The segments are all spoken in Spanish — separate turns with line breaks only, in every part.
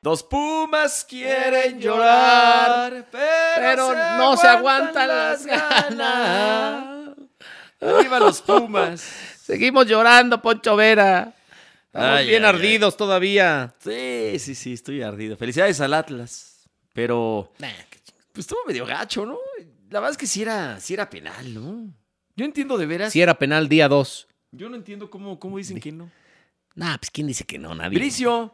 Dos pumas quieren llorar, pero,
Pero
se
no se aguantan las
ganas. Arriba los pumas.
Seguimos llorando, Poncho Vera. Estamos
Ay,
bien
ay,
ardidos todavía.
Sí, sí, sí, estoy ardido. Felicidades al Atlas. Pero, pues estuvo medio gacho, ¿no? La verdad es que sí era, sí era penal, ¿no? Yo entiendo de veras.
Si era penal día 2.
Yo no entiendo cómo, cómo dicen que no.
Nah, pues quién dice que no, nadie.
Bricio.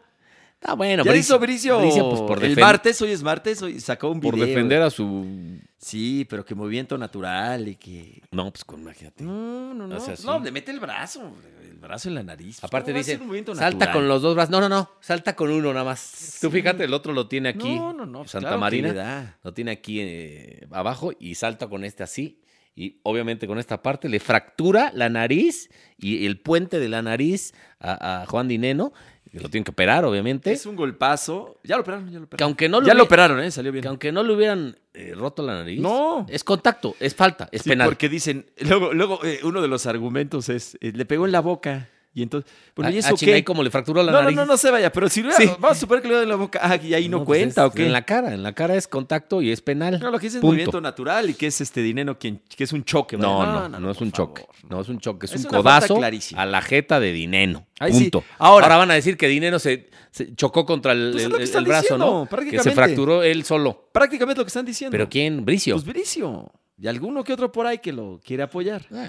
Ah, bueno,
ya
Bricio-
hizo Bricio.
Bricio, pues, por
el
defen-
martes, hoy es martes, hoy sacó un video.
Por defender a su.
Sí, pero que movimiento natural y que...
No, pues con imagínate.
No, no, no.
Hace así.
No, le mete el brazo, el brazo en la nariz. Pues,
Aparte
¿cómo va a
dice,
ser un movimiento
salta
natural?
con los dos brazos. No, no, no, salta con uno nada más. Tú fíjate, el otro lo tiene aquí.
No, no, no. pues,
Santa
claro que
Marina.
le da.
Lo tiene aquí eh, abajo y salta con este así. Y obviamente con esta parte le fractura la nariz y el puente de la nariz a, a Juan Dineno. que Lo tienen que operar, obviamente.
Es un golpazo. Ya lo operaron, ya lo
Que
operaron.
aunque no
ya lo
hubie-
operaron, ¿eh? Salió bien.
que aunque no le hubieran eh, roto la nariz.
No.
Es contacto, es falta, es
Sí,
penal.
Porque dicen, luego, luego eh, uno de los argumentos es, eh, le pegó en la boca. Y entonces, bueno,
Ah,
pues, ¿y
ah,
eso
chinga, ahí
qué?
como le fracturó la
no, no,
nariz.
no, no se vaya, pero si le-
Sí.
vamos a suponer que le dio en la boca, ah, y ahí no,
pues
cuenta,
es
¿o qué?
En la cara, en la cara es contacto y es penal.
No, lo que dice es
Punto.
movimiento natural y que es este dinero quien, que es un choque. vaya.
No, no, no, es
por
un choque.
favor.
No es un choque, es,
Es
un
una falta
codazo
clarísima.
a la jeta de Dineno.
Ahí sí.
punto. Ahora,
Ahora-
van a decir que Dineno se, se chocó contra el,
Pues es
el-
lo que
el
están
brazo,
diciendo,
¿no? Que se
prácticamente.
fracturó él solo.
Prácticamente lo que están diciendo.
¿Pero quién? Bricio.
Pues Bricio. Y alguno que otro por ahí que lo quiere apoyar.
Ah,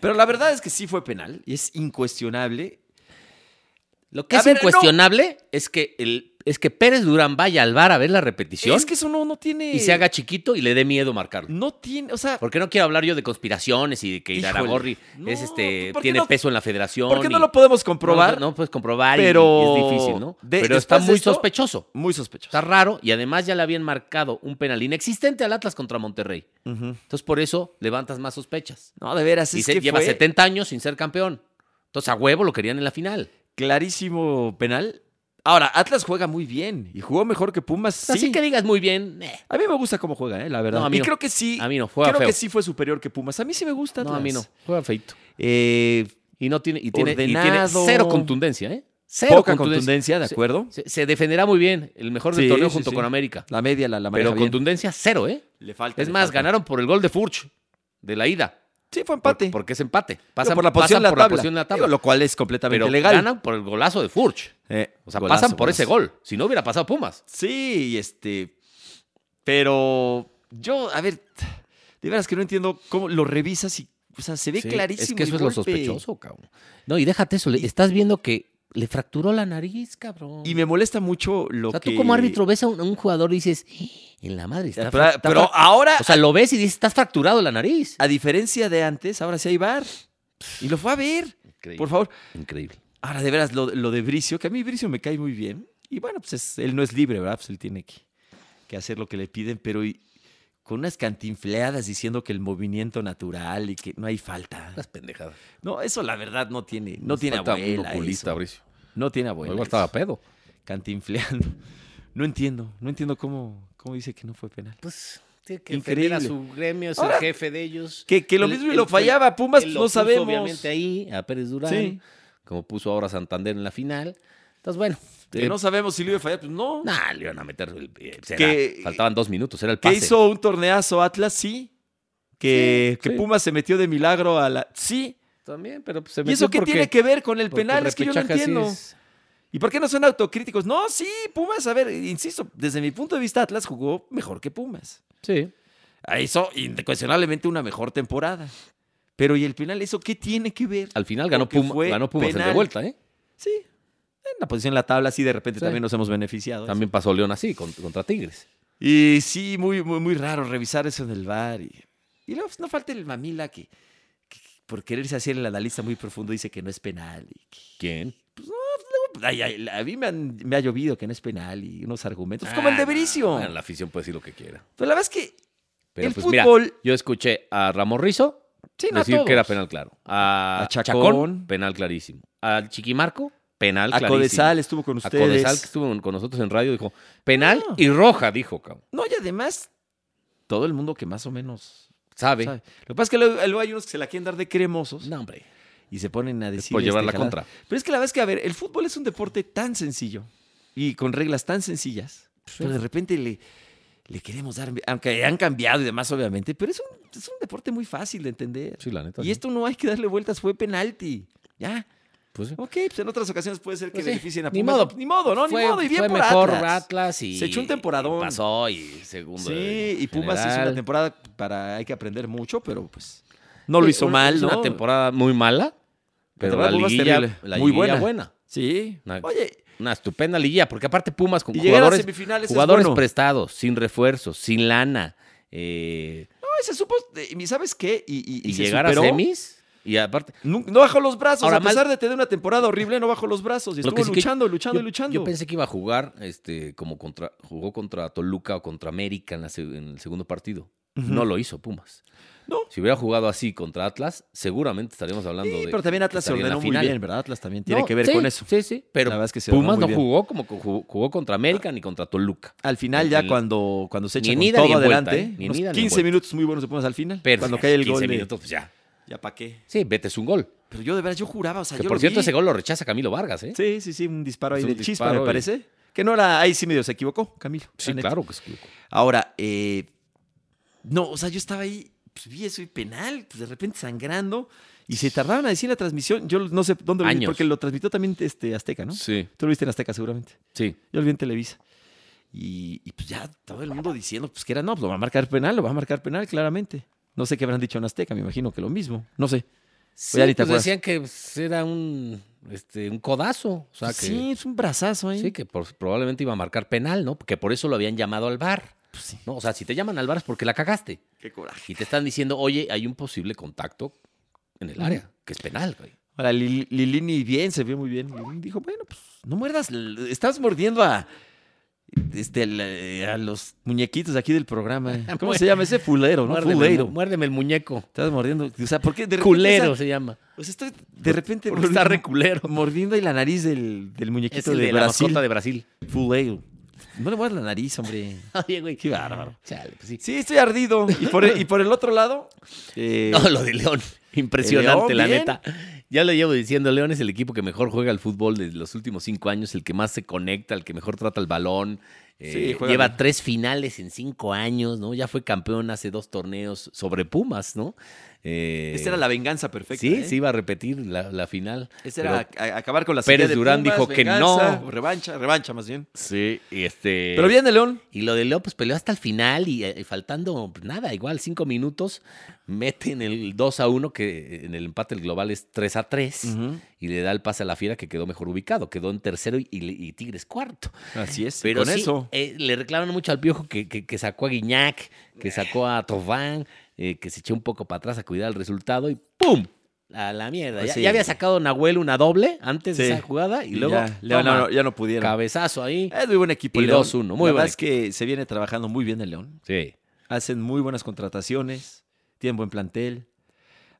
Pero la verdad es que sí fue penal y es incuestionable.
lo que
A
es
ver, no.
incuestionable es que el es que Pérez Durán vaya al bar a ver la repetición
Es que eso no, no tiene.
y se haga chiquito y le dé miedo marcarlo.
No tiene. O sea,
Porque no quiero hablar yo de conspiraciones y de que
Híjole.
Iraragorri
No,
es este
¿por qué
tiene
no-
peso en la federación.
¿por qué no
y-
lo podemos comprobar?
No, no puedes comprobar y-
Pero-
y es difícil, ¿no?
de-
Pero está
después de
muy
esto-
sospechoso.
Muy sospechoso.
Está raro y además ya le habían marcado un penal inexistente al Atlas contra Monterrey.
Ujú.
Entonces por eso levantas más sospechas.
No, de veras,
Y
Pues es
se
que
lleva
fue
70 años sin ser campeón. Entonces a huevo lo querían en la final.
clarísimo penal. Ahora, Atlas juega muy bien y jugó mejor que Pumas. Sí.
Así que digas muy bien. eh,
A mí me gusta cómo juega, eh, la verdad.
No, a mí
y
no.
creo que sí.
a mí no, juega
creo
feo.
que sí fue superior que Pumas. A mí sí me gusta
no,
Atlas.
a mí no, juega feito.
Eh,
Y no tiene, y tiene, y tiene
Ordenado.
cero contundencia, ¿eh? Cero
poca contundencia, ¿de
Sí.
acuerdo?
Se, se defenderá muy bien, el mejor del
Sí,
torneo
sí,
junto
sí.
con América.
La media la, la maneja
Pero
bien.
contundencia cero, ¿eh?
Le falta.
Es
le
más,
falta.
ganaron por el gol de Furch de la ida.
Sí, fue
Por-
empate.
porque es empate.
Digo,
Pasan
por la posición
pasan
de la
por
tabla.
la posición de la tabla.
Digo, lo cual es completamente
pero
legal.
ganan por el golazo de Furch.
Eh,
O sea,
golazo,
pasan por ese
golazo.
gol. Si no hubiera pasado Pumas.
Sí, y este. Pero yo, a ver, de veras que no entiendo cómo lo revisas y. O sea, se ve
Sí,
clarísimo.
Es que eso
el
es lo
golpe.
sospechoso, cabrón. No, y déjate eso. le- estás viendo que le fracturó la nariz, cabrón.
Y me molesta mucho lo
o sea,
que.
tú como árbitro ves a un, a un jugador y dices, "Eh, en la madre
Pero,
está, fra- está
pero ah,
fra-".
ahora,
O sea, lo ves y dices, estás fracturado la nariz.
a diferencia de antes, ahora sí hay bar. Y lo fue a ver,
Increíble.
por favor.
Increíble.
Ahora, de veras, lo, lo de Bricio, que a mí Bricio me cae muy bien. Y bueno, pues es- él no es libre, ¿verdad? Pues él tiene que, que hacer lo que le piden, pero y- con unas cantinfleadas diciendo que el movimiento natural y que no hay falta.
Las pendejadas.
No, eso la verdad no tiene, no
Nos
tiene
falta un
abuela
oculista,
eso.
Bricio.
No tiene abuela.
Luego estaba
eso.
pedo.
Cantinfleando. No entiendo, no entiendo cómo, cómo dice que no fue penal.
Pues tiene
que defender a Increíble.
gremio, es
el Ahora,
jefe de ellos.
Que, que lo mismo y lo fallaba Pumas,
Él
pues
lo
no
puso,
sabemos.
obviamente ahí a Pérez Durán,
Sí.
como puso ahora Santander en la final. Entonces, bueno,
Que
eh,
no sabemos si lo iba a fallar, pues no.
nah, le iban a meter el- eh, será,
Que-
faltaban dos minutos, era el
Que
pase.
hizo un torneazo Atlas, sí. Que,
Sí,
que
sí.
Pumas se metió de milagro a la. Sí.
También, pero pues, se
¿Y eso qué tiene que ver con el
porque
penal? Es que yo no
repechaje así
entiendo.
es.
¿Y por qué no son autocríticos? No, sí, Pumas, a ver, insisto, desde mi punto de vista, Atlas jugó mejor que Pumas.
Sí.
Ah, Hizo incuestionablemente una mejor temporada. Pero ¿y el penal? ¿Eso qué tiene que ver?
Al final ganó,
Porque
Puma-
fue
ganó Pumas en
penal.
revuelta, ¿eh?
Sí. En la posición en la tabla, sí, de repente
Sí.
también nos hemos beneficiado.
También pasó León así, con- contra Tigres.
Y sí, muy, muy, muy raro revisar eso en el bar. Y, y luego pues, no falta el mamila que, que por quererse hacer el analista muy profundo dice que no es penal. Y que- uh,
¿Quién?
pues, ay, ay, a mí me, han- me ha llovido que no es penal y unos argumentos. como el de
Ah, no,
Bricio.
bueno, la afición puede decir lo que quiera.
Pero la verdad es que
Pero
el
pues
fútbol.
mira, yo escuché a Ramón Rizo
sí, no a
decir
todos.
que era penal claro. A,
A
Chacón,
Chacón.
penal clarísimo. Al Chiquimarco, penal
A
clarísimo.
Codesal estuvo con
A
ustedes. Ah.
Codesal, que estuvo con nosotros en radio, dijo penal
No.
y roja, dijo, cabrón.
No, y además, todo el mundo que más o menos.
¿Sabe?
sabe. Lo que pasa es que luego, luego hay unos que se la quieren dar de cremosos
No, hombre.
y se ponen a decir.
por llevar
este,
la
jaladas.
contra.
Pero es que la verdad es que, a ver, el fútbol es un deporte tan sencillo y con reglas tan sencillas, pero de repente le, le queremos dar, aunque han cambiado y demás, obviamente, pero es un, es un deporte muy fácil de entender.
Sí, la neta.
y
sí.
esto no hay que darle vueltas, fue penalti. Ya.
Pues sí.
Ok, pues en otras ocasiones puede ser que
Pues sí,
beneficien a
ni
Pumas.
modo.
Ni modo, ¿no?
fue,
ni modo. Y bien
fue
por
mejor
Atlas.
Atlas. y
Se echó un temporadón.
y pasó y segundo.
Sí,
de
y Pumas hizo una
general.
temporada para hay que aprender mucho, pero pues no lo
Sí,
hizo
Eh, una-
mal,
hizo
¿no?
Una temporada muy mala, pero
temporada
la
de Pumas
liguilla,
terrible.
la
Muy
muy buena.
buena. Sí.
Una-
Oye,
Una estupenda liguilla, porque aparte Pumas con
y llegar a
jugadores,
semifinales
jugadores
es bueno.
prestados, sin refuerzos, sin lana. eh,
No, se supo, eh, y ¿sabes qué? Y, y-
y
y se
llegar
superó.
a semis. Y aparte,
Nu- No, bajó los brazos,
Ahora,
a pesar de tener una temporada horrible, no bajó los brazos. Y
Lo
estuvo
que sí que-
luchando, luchando
yo,
y luchando.
yo pensé que iba a jugar este, como contra, jugó contra Toluca o contra América en, la se- en el segundo partido.
Ujú.
No lo hizo Pumas.
No.
Si hubiera jugado así contra Atlas, seguramente estaríamos hablando
Sí,
de.
pero también Atlas se
estaría en la
ordenó muy
final.
bien, ¿verdad? Atlas también tiene
No,
que ver
sí,
con eso.
Sí, sí. Pero
La verdad es que se armó
Pumas
muy
no
bien.
jugó como que jugó, jugó contra América ni contra Toluca.
Al final, ya
El-
cuando, cuando se
ni
echa
en
con
ida, ni
todo
en vuelta,
adelante,
¿eh? Ni en
unos
ida, ni en
15
vuelta.
minutos muy buenos de Pumas al final.
Pero
cuando
ya,
cae el
15
gol. de-
minutos, pues ya.
Ya pa' qué.
Sí, vete, es un gol.
Pero yo de verdad, yo juraba, o sea,
que
yo
por
lo
cierto,
vi.
ese gol Ah, lo rechaza Camilo Vargas, ¿eh?
Sí, sí, sí, un disparo ahí
Es
de
un
chispa, me
disparo y-
parece. Que no era, ahí sí medio se equivocó, Camilo. la
Sí,
neta.
claro que sí.
Ahora, eh, no, o sea, yo estaba ahí, pues vi eso y penal, pues de repente sangrando, y se tardaron a decir la transmisión, yo no sé dónde lo vi,
Años.
porque lo transmitió también este, Azteca, ¿no?
Sí,
Tú lo viste en Azteca seguramente,
sí.
yo lo vi en Televisa. Y, y, pues ya todo el mundo diciendo, pues que era, no, pues lo va a marcar penal, lo va a marcar penal, claramente. No sé qué habrán dicho en Azteca, me imagino que lo mismo, no sé.
Sí,
ya ni te
pues
acuerdas.
decían que pues, era un, este, un codazo. O sea, que,
Pues, sí, es un brazazo ahí.
sí, que por- probablemente iba a marcar penal, ¿no? Que por eso lo habían llamado al bar.
Pues sí,
¿no? O sea, si te llaman al bar es porque la cagaste.
qué coraje.
Y te están diciendo, oye, hay un posible contacto en el
Ujú.
área, que es penal, güey.
Ahora, Lil- Lilini bien, se vio muy bien. Lilini dijo, bueno, pues no muerdas, l- estás mordiendo a, este, al- a los muñequitos aquí del programa. ¿eh? ¿Cómo se llama ese fulero, no?
Muérdeme,
Fulero.
mu- muérdeme el muñeco.
Estás mordiendo, o sea, ¿por qué de repente
Culero
esa-
se llama.
o sea, estoy de repente
Porque está
mordiendo-
reculero.
mordiendo ahí la nariz del, del muñequito
Es el
de,
de la
Brasil.
mascota de Brasil.
Fulero. No le muerdas la nariz, hombre.
Oye, güey.
Qué bárbaro.
Chale, pues sí.
Sí, estoy ardido. Y por el, y por el otro lado, eh,
No, lo de León. Impresionante,
León,
la
bien.
neta. Ya lo llevo diciendo, León es el equipo que mejor juega al fútbol de los últimos cinco años, el que más se conecta, el que mejor trata el balón. Eh,
Sí, juega
lleva
bien.
tres finales en cinco años, ¿no? Ya fue campeón hace dos torneos sobre Pumas, ¿no? Eh,
esta era la venganza perfecta.
Sí,
¿eh?
sí, iba a repetir la, la final.
Ese
pero-
era a- a- acabar con la
Pérez
sequía de
Durán
Pumas,
dijo que
venganza,
no.
o Revancha, revancha más bien.
Sí, y este.
Pero bien de León.
Y lo de Leo, pues peleó hasta el final y, eh, faltando pues, nada, igual cinco minutos, mete en el 2 a 1, que en el empate el global es 3 a 3, y le da el pase a la fiera que quedó mejor ubicado, quedó en tercero y, y- y Tigres cuarto.
Así es.
Pero
con
sí,
eso.
eh, le reclaman mucho al Piojo que, que- que sacó a Guiñac, que sacó a Tofán, eh, que se echó un poco para atrás a cuidar el resultado y ¡pum! A la mierda.
Pues
ya,
sí.
ya había sacado Nahuel una doble antes de
Sí.
esa jugada y luego
ya, León
toma,
no, ya no pudieron.
cabezazo ahí.
Es muy buen equipo.
Y
el León.
2-1, muy
La
buen
verdad es que se viene trabajando muy bien el León.
Sí.
Hacen muy buenas contrataciones. Tienen buen plantel.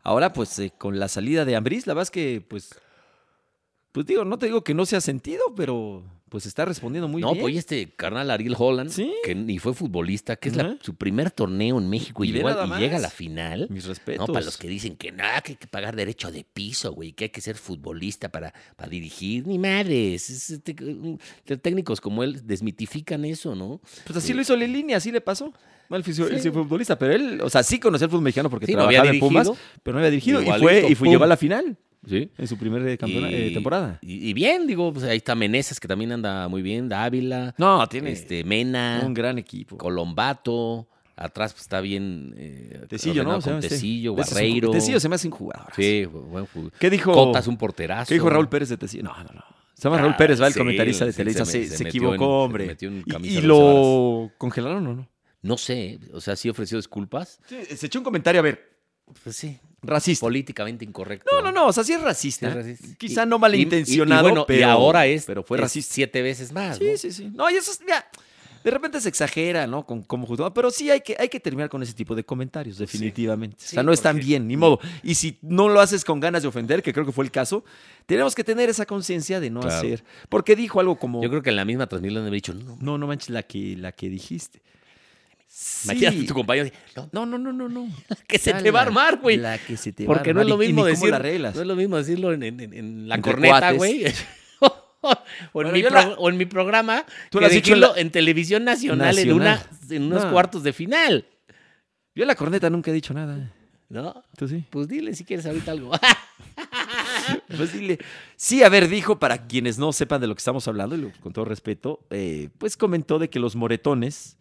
Ahora, pues, eh, con la salida de Ambriz, la verdad es que, pues. Pues digo, no te digo que no se ha sentido, pero pues está respondiendo muy
no,
bien.
pues y este carnal Ariel Holland,
Sí.
que ni fue futbolista, que es la-
Ajá.
su primer torneo en México y,
Y ve
llegó al-
nada
y
más.
llega a la final.
Mis
No,
respetos.
para los que dicen que nada, que hay que pagar derecho de piso, güey, que hay que ser futbolista para, para dirigir, ni madres. es este, un- de técnicos como él desmitifican eso, ¿no?
Pues así lo hizo Lilini, así le pasó. No, él, fisio- él sí fue futbolista, pero él, o sea, sí conocía el fútbol mexicano porque
Sí, lo había
trabajaba en Pumas,
dirigido.
pero no había dirigido.
Igualito,
y fue, y fue,
pum.
llegó a la final
Sí.
en su primera eh, temporada.
Y, y bien, digo, pues ahí está Meneses, que también anda muy bien, Dávila,
No, tiene
este, Mena,
Eh, un gran equipo.
Colombato, atrás pues, está bien. eh,
Tecillo,
ordenado
¿no? Se
con
llama este.
Tecillo,
Ese es un-
Barreiro.
Tecillo se me hace un jugador.
Sí, buen jugador.
¿Qué dijo,
Cotas un porterazo.
¿Qué dijo Raúl Pérez de Tecillo? No, no, no. Se llama
Ah,
Raúl Pérez, va el
sí,
comentarista de
sí,
Televisa.
se me-
Se,
se
se
metió
equivocó,
en- se
hombre.
metió en
Y-
camisa
y
de
lo congelaron o no?
No sé, o sea, sí ofreció disculpas.
Sí, se echó un comentario, a ver,
Pues sí,
racista.
políticamente incorrecto.
No, no, no, o sea, sí es racista.
Sí es racista.
Quizá
¿Eh? Y-
no
y,
malintencionado,
y bueno,
pero,
y ahora es,
pero fue
es
racista.
siete veces más.
Sí,
¿no?
sí, sí. No, y eso es, mira, de repente se exagera, ¿no? Con cómo juzgaba, pero sí hay que, hay que terminar con ese tipo de comentarios, definitivamente. o sea,
Sí,
no están
porque- mm.
bien, ni modo. Y si no lo haces con ganas de ofender, que creo que fue el caso, tenemos que tener esa conciencia de no
Claro.
hacer. Porque dijo algo como,
Yo creo que en la misma transmisión le han de haber dicho, no,
no, no manches la que, la que dijiste. Sí.
imagínate tu compañero, no,
No, no, no, no, no.
que se
Ah,
te va a
la-
armar, güey.
La que se te va a
Porque no
armar
es lo
y- y
mismo
ni cómo
decir,
la arreglas.
no es lo mismo decirlo en, en- en- en la
Entre
corneta,
cuates.
güey. o, en
Bueno,
mi
yo
pro-
la-
o en mi programa,
Tú
tú
la has hecho en la-
en televisión nacional, en, una,
Nacional.
en unos
No.
cuartos de final,
Yo a la corneta nunca he dicho nada.
¿no?
¿Tú sí?
Pues dile si quieres ahorita algo.
Pues dile. Sí, a ver, dijo, para quienes no sepan de lo que estamos hablando, y lo- con todo respeto, eh, pues comentó de que los moretones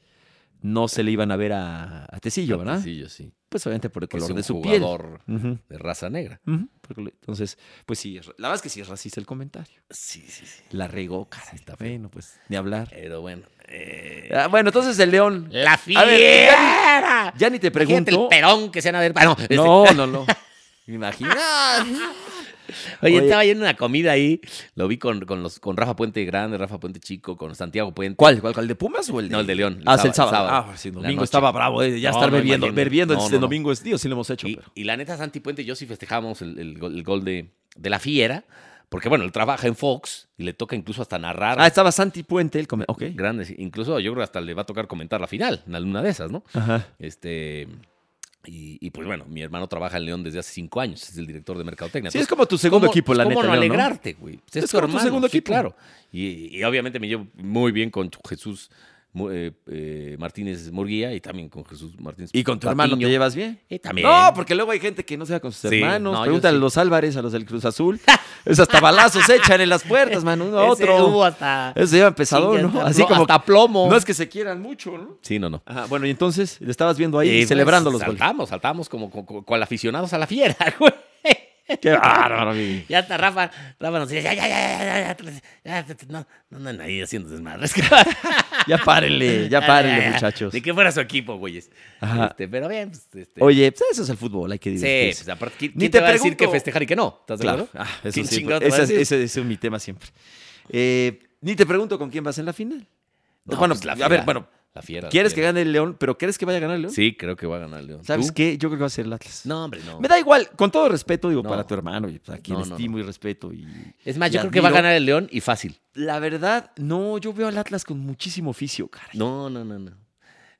no se le iban a ver a, a Tecillo, ¿verdad?
Sí, yo sí.
Pues obviamente por el
Que es
color
un
de su piel.
jugador
Ujú,
de raza negra.
ujú, por el- Entonces, pues sí, es ra- la verdad es que sí es racista el comentario.
Sí, sí, sí.
La regó, cara.
está feo.
bueno, pues, ni hablar.
Pero bueno. eh,
Ah, bueno, entonces el león.
¡La
A ver,
fiera!
Ya ni te
Fíjate el
pregunto.
perón que se van a ver. Ah, no, este-
No, no, no. Imagina.
Este, Oye,
Oye.
estaba yo en una comida ahí, lo vi con, con, los, con Rafa Puente Grande, Rafa Puente Chico, con Santiago Puente.
¿Cuál? ¿Cuál? ¿El de Pumas o el de.?
No, el de León.
Ah, es el sábado.
sábado.
Ah, sí,
La
domingo
noche.
estaba bravo. eh, ya
No,
estar
no,
bebiendo.
imagino.
Bebiendo
No,
este
no, no.
domingo es tío, sí lo hemos hecho.
Y,
pero-
y la neta, Santi Puente y yo sí festejábamos el, el gol, el gol de, de la fiera, porque bueno, él trabaja en Fox y le toca incluso hasta narrar.
Ah, estaba Santi Puente, el come- Ok.
Grandes, incluso yo creo que hasta le va a tocar comentar la final, en alguna de esas, ¿no?
Ajá.
Este, y, y, pues bueno, mi hermano trabaja en León desde hace cinco años, es el director de Mercadotecnia.
Sí,
Entonces,
es como tu segundo
¿cómo-
equipo, la
¿Cómo
neta.
no
León,
alegrarte, güey? Pues es,
Es
tu
como tu
hermano.
segundo
sí,
equipo.
claro. Y, y obviamente me llevo muy bien con Jesús Mu- eh, eh, Martínez Murguía y también con Jesús Martínez
Y con tu
Patiño.
hermano te llevas bien.
Eh, también.
No, porque luego hay gente que no se va con sus
Sí,
hermanos.
no, yo
Pregúntale a
sí.
los Álvarez, a los del Cruz Azul. Es hasta balazos echan en las puertas, man, uno a
Ese
otro.
hubo hasta...
Eso se lleva pesador, ¿no?
hasta
Así
plo-
como.
hasta plomo.
No es que se quieran mucho, ¿no?
Sí, no, no.
Ajá, bueno, y entonces le estabas viendo ahí
Eh, pues,
celebrando los goles.
Saltamos, saltamos como como- como- cual aficionados a la fiera, güey.
Qué bárbaro, mi-
Ya hasta Rafa, Rafa nos decía, ya, ya, ya, ya, ya, ya, ya, no, no andan ahí haciendo desmadres.
Ya párenle, ya párenle, muchachos.
Ah, De que fuera su equipo, güeyes.
Ajá.
Este, pero bien, pues, este,
Oye, pues eso es el fútbol, hay que
sí,
divertirse.
pues, aparte, ¿quién,
Ni
quién te,
te
va a decir que
pregunto.
festejar y que no? ¿Estás de
Claro.
acuerdo?
Ah, eso
¿Quién
sí,
chingado te
ese,
va a
es-
decir?
ese es mi tema siempre. Eh, ni te pregunto con quién vas en la final.
No,
bueno,
pues, la
a ver,
fiera,
bueno,
la fiera. la
¿quieres que
fiera.
gane el León? ¿Pero crees que vaya a ganar el León?
Sí, creo que va a ganar el León.
¿Sabes
¿Tú?
qué? Yo creo que va a ser el Atlas.
No, hombre, no.
Me da igual, con todo respeto, digo,
No.
para tu hermano, y pues, a quien
No, no,
estimo y respeto. Y...
Es más, yo
Ya,
creo que va a
dilo.
ganar el León y fácil.
La verdad, no, yo veo al Atlas con muchísimo oficio, cara.
No, no, no, no.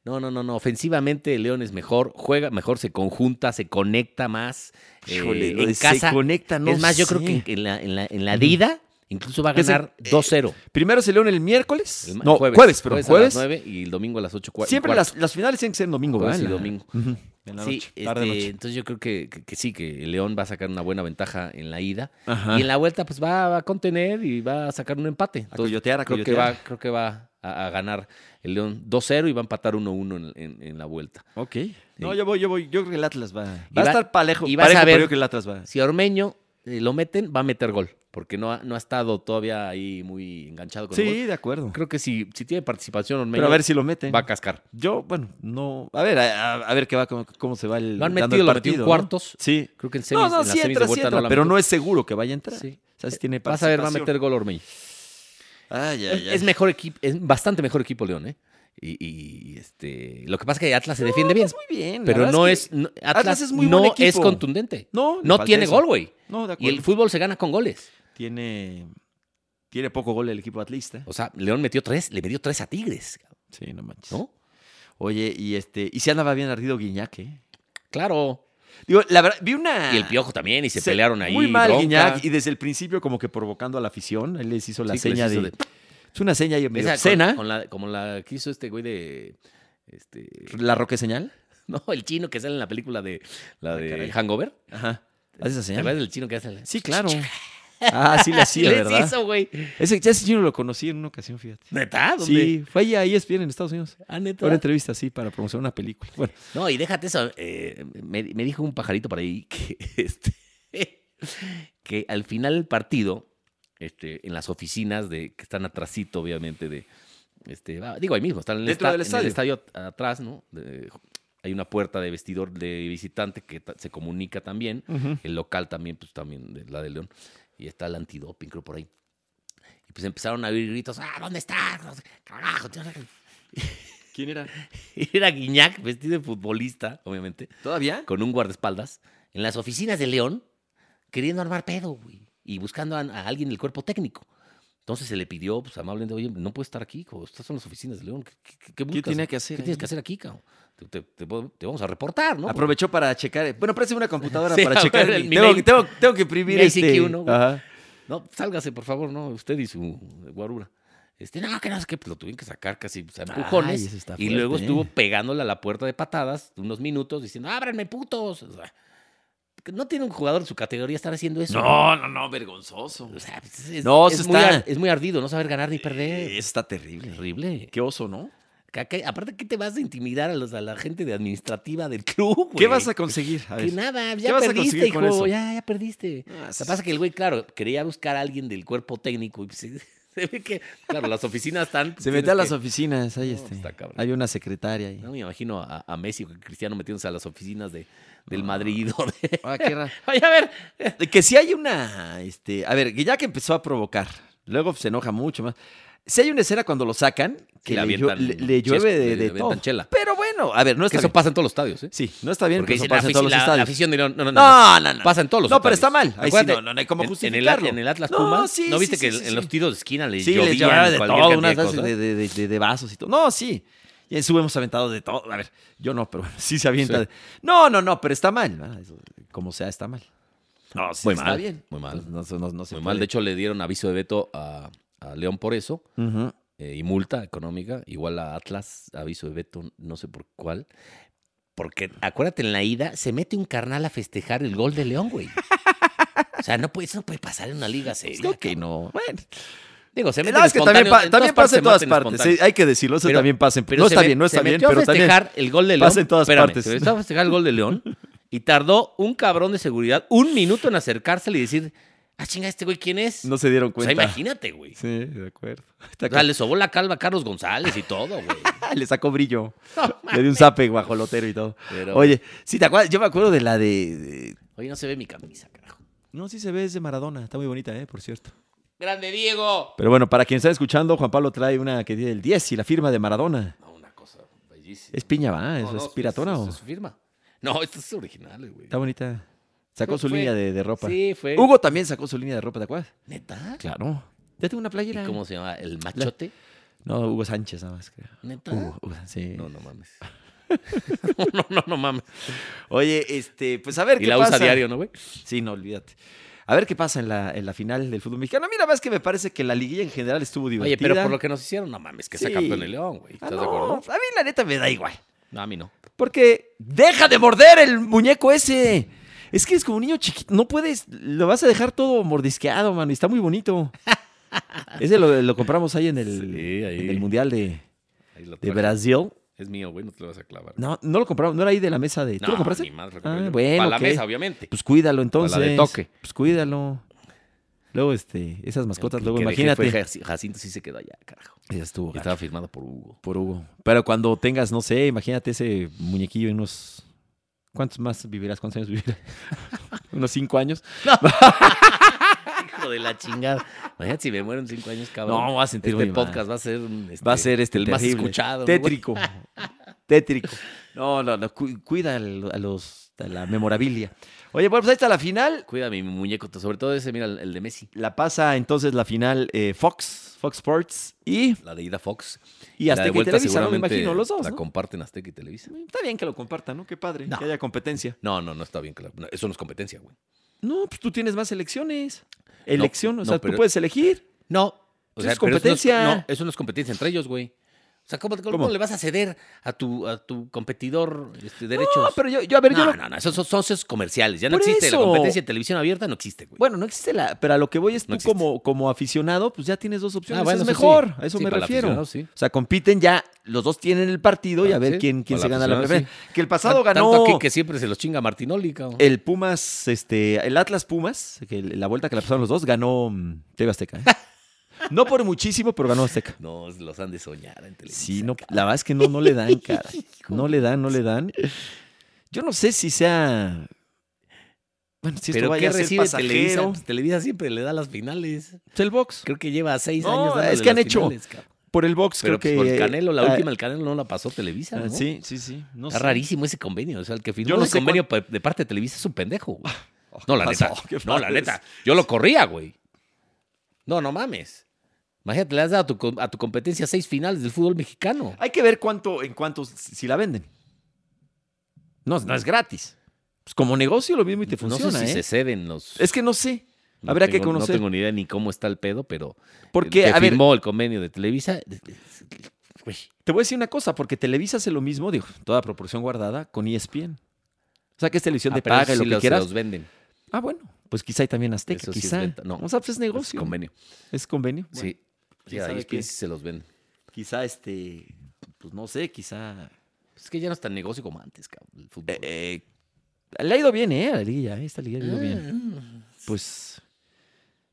No, no, no, no. Ofensivamente, el León es mejor, juega mejor, se conjunta, se conecta más. eh,
Híjole, lo de
en casa.
se conecta, no
es más, yo creo
sé.
que en la, en la, en la
Ujú.
Dida incluso va a
Que se-
ganar 2-0.
Primero es el León el miércoles.
El ma-
no, jueves, pero
jueves,
jueves.
a las 9 y el domingo a las 8. cua- y
Siempre
cuarto.
las, las finales tienen que ser en domingo,
Jueves
¿verdad?
y
La-
domingo.
Ujú, En la
Sí,
noche, tarde
este,
noche.
entonces yo creo que, que- que sí, que el León va a sacar una buena ventaja en la ida.
Ajá.
Y en la vuelta, pues va, va a contener y va a sacar un empate.
A
Entonces,
coyotear, a
creo,
coyotear.
que va, creo que va a, a ganar el León 2-0 y va a empatar 1-1 en- en- en la vuelta.
Ok. No, yo voy, yo voy. Yo creo que el Atlas va. Va,
Y
a
va-
estar parejo.
y vas
parejo,
a
pero
ver-
yo creo que el Atlas va.
si a Ormeño eh, lo meten, va a meter gol, porque no ha, no ha estado todavía ahí muy enganchado con el
Sí,
gol.
de acuerdo.
Creo que si, si tiene participación Ormeño,
Pero a ver si lo meten.
va a cascar.
Yo, bueno, no. A ver, a, a- a ver qué va, cómo, cómo se va el.
Lo han
dando
metido,
el
lo metió en
partido, ¿no?
cuartos.
Sí.
Creo que en semis,
No, no,
en las
sí
semis
entra,
de
sí
vuelta
entra,
no la
pero
metió.
no es seguro que vaya a entrar.
Sí. Eh,
O sea, si tiene
Vas a ver, va a meter
participación.
gol Ormeño.
Ay, ay, ay.
Es mejor equipo, es bastante mejor equipo León, ¿eh? Y, y, este, lo que pasa es que Atlas se defiende bien,
Muy bien. la
pero
verdad
no
que-
es, no- Atlas,
Atlas es muy
no
buen
es
equipo.
contundente.
No, le
No
falta
tiene
eso.
gol, güey.
No, de acuerdo.
Y el fútbol se gana con goles.
tiene, tiene poco gol el equipo atlista.
O sea, León metió tres, le metió tres a Tigres,
Sí, no manches.
¿no?
Oye, y este, y se andaba bien ardido Guiñac, ¿eh?
Claro.
Digo, la verdad, vi una.
Y el piojo también, y Ah. se, pelearon ahí.
Muy mal
bronca.
Guiñac, y desde el principio, como que provocando a la afición. Él les hizo la
Sí, que les
seña
hizo
de,
de-
Es una seña y
Esa
medio
con-
obscena.
con la- como la que hizo este güey de. Este,
La roque señal.
no, el chino que sale en la película de. La de
caray.
Hangover.
Ajá. ¿Hace esa
¿Te
señal?
acuerdas del chino que hace?
Sí, claro. Ah, sí la
Sí,
hacía,
les
¿verdad?
hizo, güey.
Ese, ya ese chino lo conocí en una ocasión, fíjate.
¿Neta? ¿Dónde?
Sí, fue allá, ahí es bien en Estados Unidos.
Ah, neta.
Una entrevista, sí, para promocionar una película. Bueno,
No, y déjate eso. eh, me, me dijo un pajarito por ahí que, este, que al final del partido, este, en las oficinas de que están atrasito, obviamente, de. Este, ah, digo, ahí mismo, están en el,
Dentro
esta-
del
en el estadio at- atrás, ¿no? De- hay una puerta de vestidor de visitante que ta- se comunica también. El local también, pues también, de, la de León. Y está el antidoping, creo, por ahí. Y pues empezaron a oír gritos, ah, ¿dónde estás? No sé, Carajo.
¿quién era?
Y era Guiñac, vestido de futbolista, obviamente
¿Todavía?
con un guardaespaldas en las oficinas de León queriendo armar pedo, güey, y buscando a, a alguien del cuerpo técnico. Entonces se le pidió, pues amablemente, oye, no puedes estar aquí, co, estas son las oficinas de León, ¿qué, qué- qué- qué buscas?
tenía que hacer
¿Qué
ahí?
tienes que hacer aquí, cabrón? Te, te- te puedo- te vamos a reportar, ¿no?
Aprovechó para checar. eh, Bueno, préstame una computadora
Sí,
para
a ver,
checar.
el-
mi-
mi
tengo,
mail.
tengo- tengo que imprimir
Mi
este.
ICQ, ¿no, güey?
ajá.
No, sálgase, por favor, no, usted y su guarura. Este, no, que no sé qué, pues lo tuvieron que sacar casi pues, a empujones.
Ay, eso está
y luego
fuerte,
estuvo
¿eh?
pegándole a la puerta de patadas unos minutos diciendo, ábranme putos. O sea, que no tiene un jugador de su categoría estar haciendo eso.
No, no, no, vergonzoso.
O sea, pues, es,
No,
es
eso
muy
está-
ar- es muy ardido no saber ganar ni perder.
Eh, Está terrible.
Terrible.
Qué oso, ¿no?
Ca- ca- Aparte, ¿qué te vas a intimidar a, los, a la gente de administrativa del club, güey?
¿Qué vas a conseguir? A
Que
ver.
nada,
¿Qué
ya
vas a
perdiste,
conseguir con
hijo,
eso?
ya, ya perdiste.
Ah,
Lo
sí.
que pasa es que el güey, claro, quería buscar a alguien del cuerpo técnico y pues, se, se ve que, claro, las oficinas están...
Se mete a las
oficinas.
oficinas, ahí
No,
este,
está cabrón.
Hay una secretaria ahí.
No me imagino a, a Messi o a Cristiano metiéndose a las oficinas de, del Madrid o de...
Ah, qué raro.
Oye, a ver,
De Que si hay una, este, a ver, que ya que empezó a provocar, luego se enoja mucho más. Si hay una escena cuando lo sacan, que
Sí, le
le, llo-
avientan
le- le
chesco,
llueve
le
de, de
avientan
todo.
chela.
Pero bueno, a ver, no
que
está
eso
bien.
pasa en todos los estadios, ¿eh?
Sí, no está bien
Porque
que eso
dicen, la,
pase en todos
afición-
los
la- la
estadios.
afición diría, no, no, no,
No,
no.
Ah, no, no.
Pasa en todos los
No, pero
estadios.
está mal. Ahí sí
Acuérdate,
no, no, no hay cómo
en- en el
justificarlo.
Atlas- En el, Atlas
No,
Pumas,
sí,
¿no
sí,
viste
sí,
que
sí,
en
sí.
los tiros de esquina les
Sí, les
llovían
llevaba de
cualquier
todo,
cantidad
unas
de
veces
cosas?
de, de- de- de vasos y todo. No, sí. Y en su hemos aventado de todo. A ver, yo no, pero bueno, sí se avienta.
Sí.
de- No, no, no, pero está mal. ¿verdad? Eso, como sea, está mal. No, sí,
Muy
está
mal,
bien.
muy mal.
No, no, no, no se
Muy mal.
puede.
De hecho, le dieron aviso de veto a, a León por eso.
Ujú.
eh, y multa económica. Igual a Atlas, aviso de veto, no sé por cuál. Porque acuérdate, en la ida se mete un carnal a festejar el gol de León, güey. O sea, no puede, eso no puede pasar en una liga seria.
Creo que
cabrón.
no. Bueno,
Digo, se mete
No, es que también, pa- también pasa en todas partes. sí,
Pero
hay que decirlo, eso
Pero-
también pasa. en-
se
no está
me-
bien, no está
se
bien,
metió
pero
a
también.
festejar el gol de León.
pasa en todas
Espérame,
partes.
Se metió a festejar el gol de León y tardó un cabrón de seguridad un minuto en acercársele y decir, ah, chinga, este güey, ¿quién es?
No se dieron
o sea,
cuenta.
imagínate, güey.
Sí, de acuerdo. Está
O sea, le sobó la calva a Carlos González y todo, güey.
ca- le sacó brillo.
No,
Le dio un zape guajolotero y todo.
Pero-
Oye, sí, te acuerdas, yo me acuerdo de la de. de-
Oye, no se ve mi camisa, carajo.
No, sí se ve, es de Maradona. Está muy bonita, ¿eh? Por cierto.
¡Grande Diego!
Pero bueno, para quien está escuchando, Juan Pablo trae una que tiene el 10 y la firma de Maradona.
No, una cosa bellísima.
Es piña, ¿va?
No,
¿Eso
no,
es piratona
es-
o.?
es su firma. No, esto es original, güey.
Está bonita. Sacó
Fue-
su
fue-
línea de, de ropa.
Sí, fue.
Hugo también sacó su línea de ropa, ¿te acuerdas?
¿Neta?
Claro. Ya tengo una
¿Y
playera. ¿eh?
cómo se llama? ¿El machote?
No, Hugo Sánchez nada más, creo.
¿Neta?
Hugo, Hugo, sí.
¿Ah? No, no mames. no, no, no, no mames.
Oye, este, pues a ver
Y
qué
la
pasa.
usa diario, ¿no, güey?
Sí, no, olvídate. A ver qué pasa en la, en la final del fútbol mexicano. Mira, más que me parece que la liguilla en general estuvo divertida.
Oye, pero por lo que nos hicieron, no mames, que sea
Sí.
campeón el León, güey.
Ah,
¿Estás
no,
de acuerdo?
a mí la neta me da igual.
No, a mí no.
Porque deja de morder el muñeco ese. Es que es como un niño chiquito. No puedes, lo vas a dejar todo mordisqueado, mano. Y está muy bonito. ese lo, lo compramos ahí en el,
Sí, ahí.
en el Mundial de,
Ahí lo
de
traje.
Brasil.
Es mío, güey, no te lo vas a clavar.
No, no lo compramos, no era ahí de la mesa de. ¿Tú lo compraste?
ni más.
Ah,
bueno.
bueno,
Para la
ok.
mesa, obviamente.
Pues cuídalo entonces.
toque.
Pues cuídalo. Luego, este, esas mascotas,
El
luego
que dejé fue
imagínate.
Jac- Jacinto sí se quedó allá, carajo.
Ya estuvo.
Y
gacho.
estaba firmado por Hugo.
Por Hugo. Pero cuando tengas, no sé, imagínate ese muñequillo en unos. ¿Cuántos más vivirás? ¿Cuántos años vivirás? unos cinco años.
Hijo de la chingada. Imagínate si me muero en cinco años, cabrón.
No, va a sentir
este
muy mal.
podcast va a ser un, este,
Va a ser este
el más
terrible.
escuchado.
Tétrico. Tétrico. No, no, no. cu- cuida al- a los. a la memorabilia. Oye, bueno, pues ahí está la final.
¿no? Cuida mi muñeco, sobre todo ese, mira, el, el de Messi,
La pasa entonces la final eh, Fox, Fox Sports y,
la de Ida Fox.
y
la de
Azteca y
vuelta
Televisa, ¿no? me
seguramente
imagino, los dos.
La
¿no?
comparten Azteca y Televisa.
Está bien que lo compartan, ¿no? Qué padre,
No.
que haya competencia.
No, no, no está bien. que la- no, eso no es competencia, güey.
No, pues tú tienes más elecciones. Elección,
no,
o sea,
pero-
tú puedes elegir.
No. O
Eso
sea,
es
pero eso no
competencia.
no, eso no es competencia entre ellos, güey. O sea, ¿cómo, cómo
¿Cómo?
le vas a ceder a tu, a tu competidor este, derechos?
No, pero yo, yo a ver, yo
no,
no-
no, no, esos son socios comerciales. Ya no
Por
existe la
eso.
competencia de televisión abierta, no existe, güey.
Bueno, no existe la. Pero a lo que voy es tú
No existe.
como, como aficionado, pues ya tienes dos opciones.
Ah, bueno,
es
eso
mejor,
sí.
a eso
Sí,
me
para el
refiero.
aficionado, sí.
O sea, compiten ya, los dos tienen el partido y
Ah,
a ver
sí,
quién, quién se
para el
gana la
aficionado,
preferencia. Que el pasado
Tan-
ganó Eh,
Tanto aquí que siempre se los chinga Martinoli, cabrón.
el Pumas, este, el Atlas Pumas, que el- la vuelta que la pasaron los dos, ganó mm, TV Azteca. ¿eh? no por muchísimo, pero ganó Azteca.
No, los han de soñar en televisión.
Sí, no, la verdad es que no, no le dan, cara. No le dan, no le dan. Yo no sé si sea. Bueno, si esto
Pero
vaya
¿qué
a ser
recibe Televisa?
pasajero.
Pues Televisa siempre le da las finales.
Pues El box.
Creo que lleva seis
No,
años dándole
es que han
las
hecho.
finales, cabrón.
Por el box,
Pero
creo
pues, por
que.
el Canelo, la
ah,
última, el Canelo no la pasó Televisa,
ah,
¿no?
Sí, sí, sí. No
Está
sé.
rarísimo ese convenio. O sea, el que firmó
Yo no
ese
sé
convenio pa- de parte de Televisa es un pendejo. güey.
Oh, ¿qué
No, la
pasó?
neta.
¿Qué
No, la
padres?
neta. Yo lo corría, güey. No, no mames. Imagínate, le has dado a tu, com- a tu competencia seis finales del fútbol mexicano.
Hay que ver cuánto, en cuánto, si la venden. No, no es gratis. Pues como negocio lo mismo y te
Pues, no
funciona,
sé si
¿eh?
se ceden los...
Es que no sé.
No
Habrá que
tengo-
conocer.
No tengo ni idea ni cómo está el pedo, pero.
Porque,
el que
a ver,
firmó el convenio de Televisa. Güey,
te voy a decir una cosa, porque Televisa hace lo mismo, digo, toda proporción guardada, con E ESPN. O sea, que es televisión
ah,
de
pero
paga
eso
y lo
sí
que
los-
quieras.
los venden.
Ah, bueno, pues quizá hay también Azteca,
Eso sí es
quizá.
venta. No.
o sea, pues es
Es
negocio.
convenio.
Es convenio. Bueno,
sí. Sí,
quién
ahí
sabe
es
qué.
que sí se los venden.
Quizá este, pues no sé, quizá.
Es que ya no es tan negocio como antes, cabrón. El fútbol.
Eh, eh, le ha ido bien, ¿eh? A la liguilla, eh, esta liga le ha ido bien.
bien.
Pues.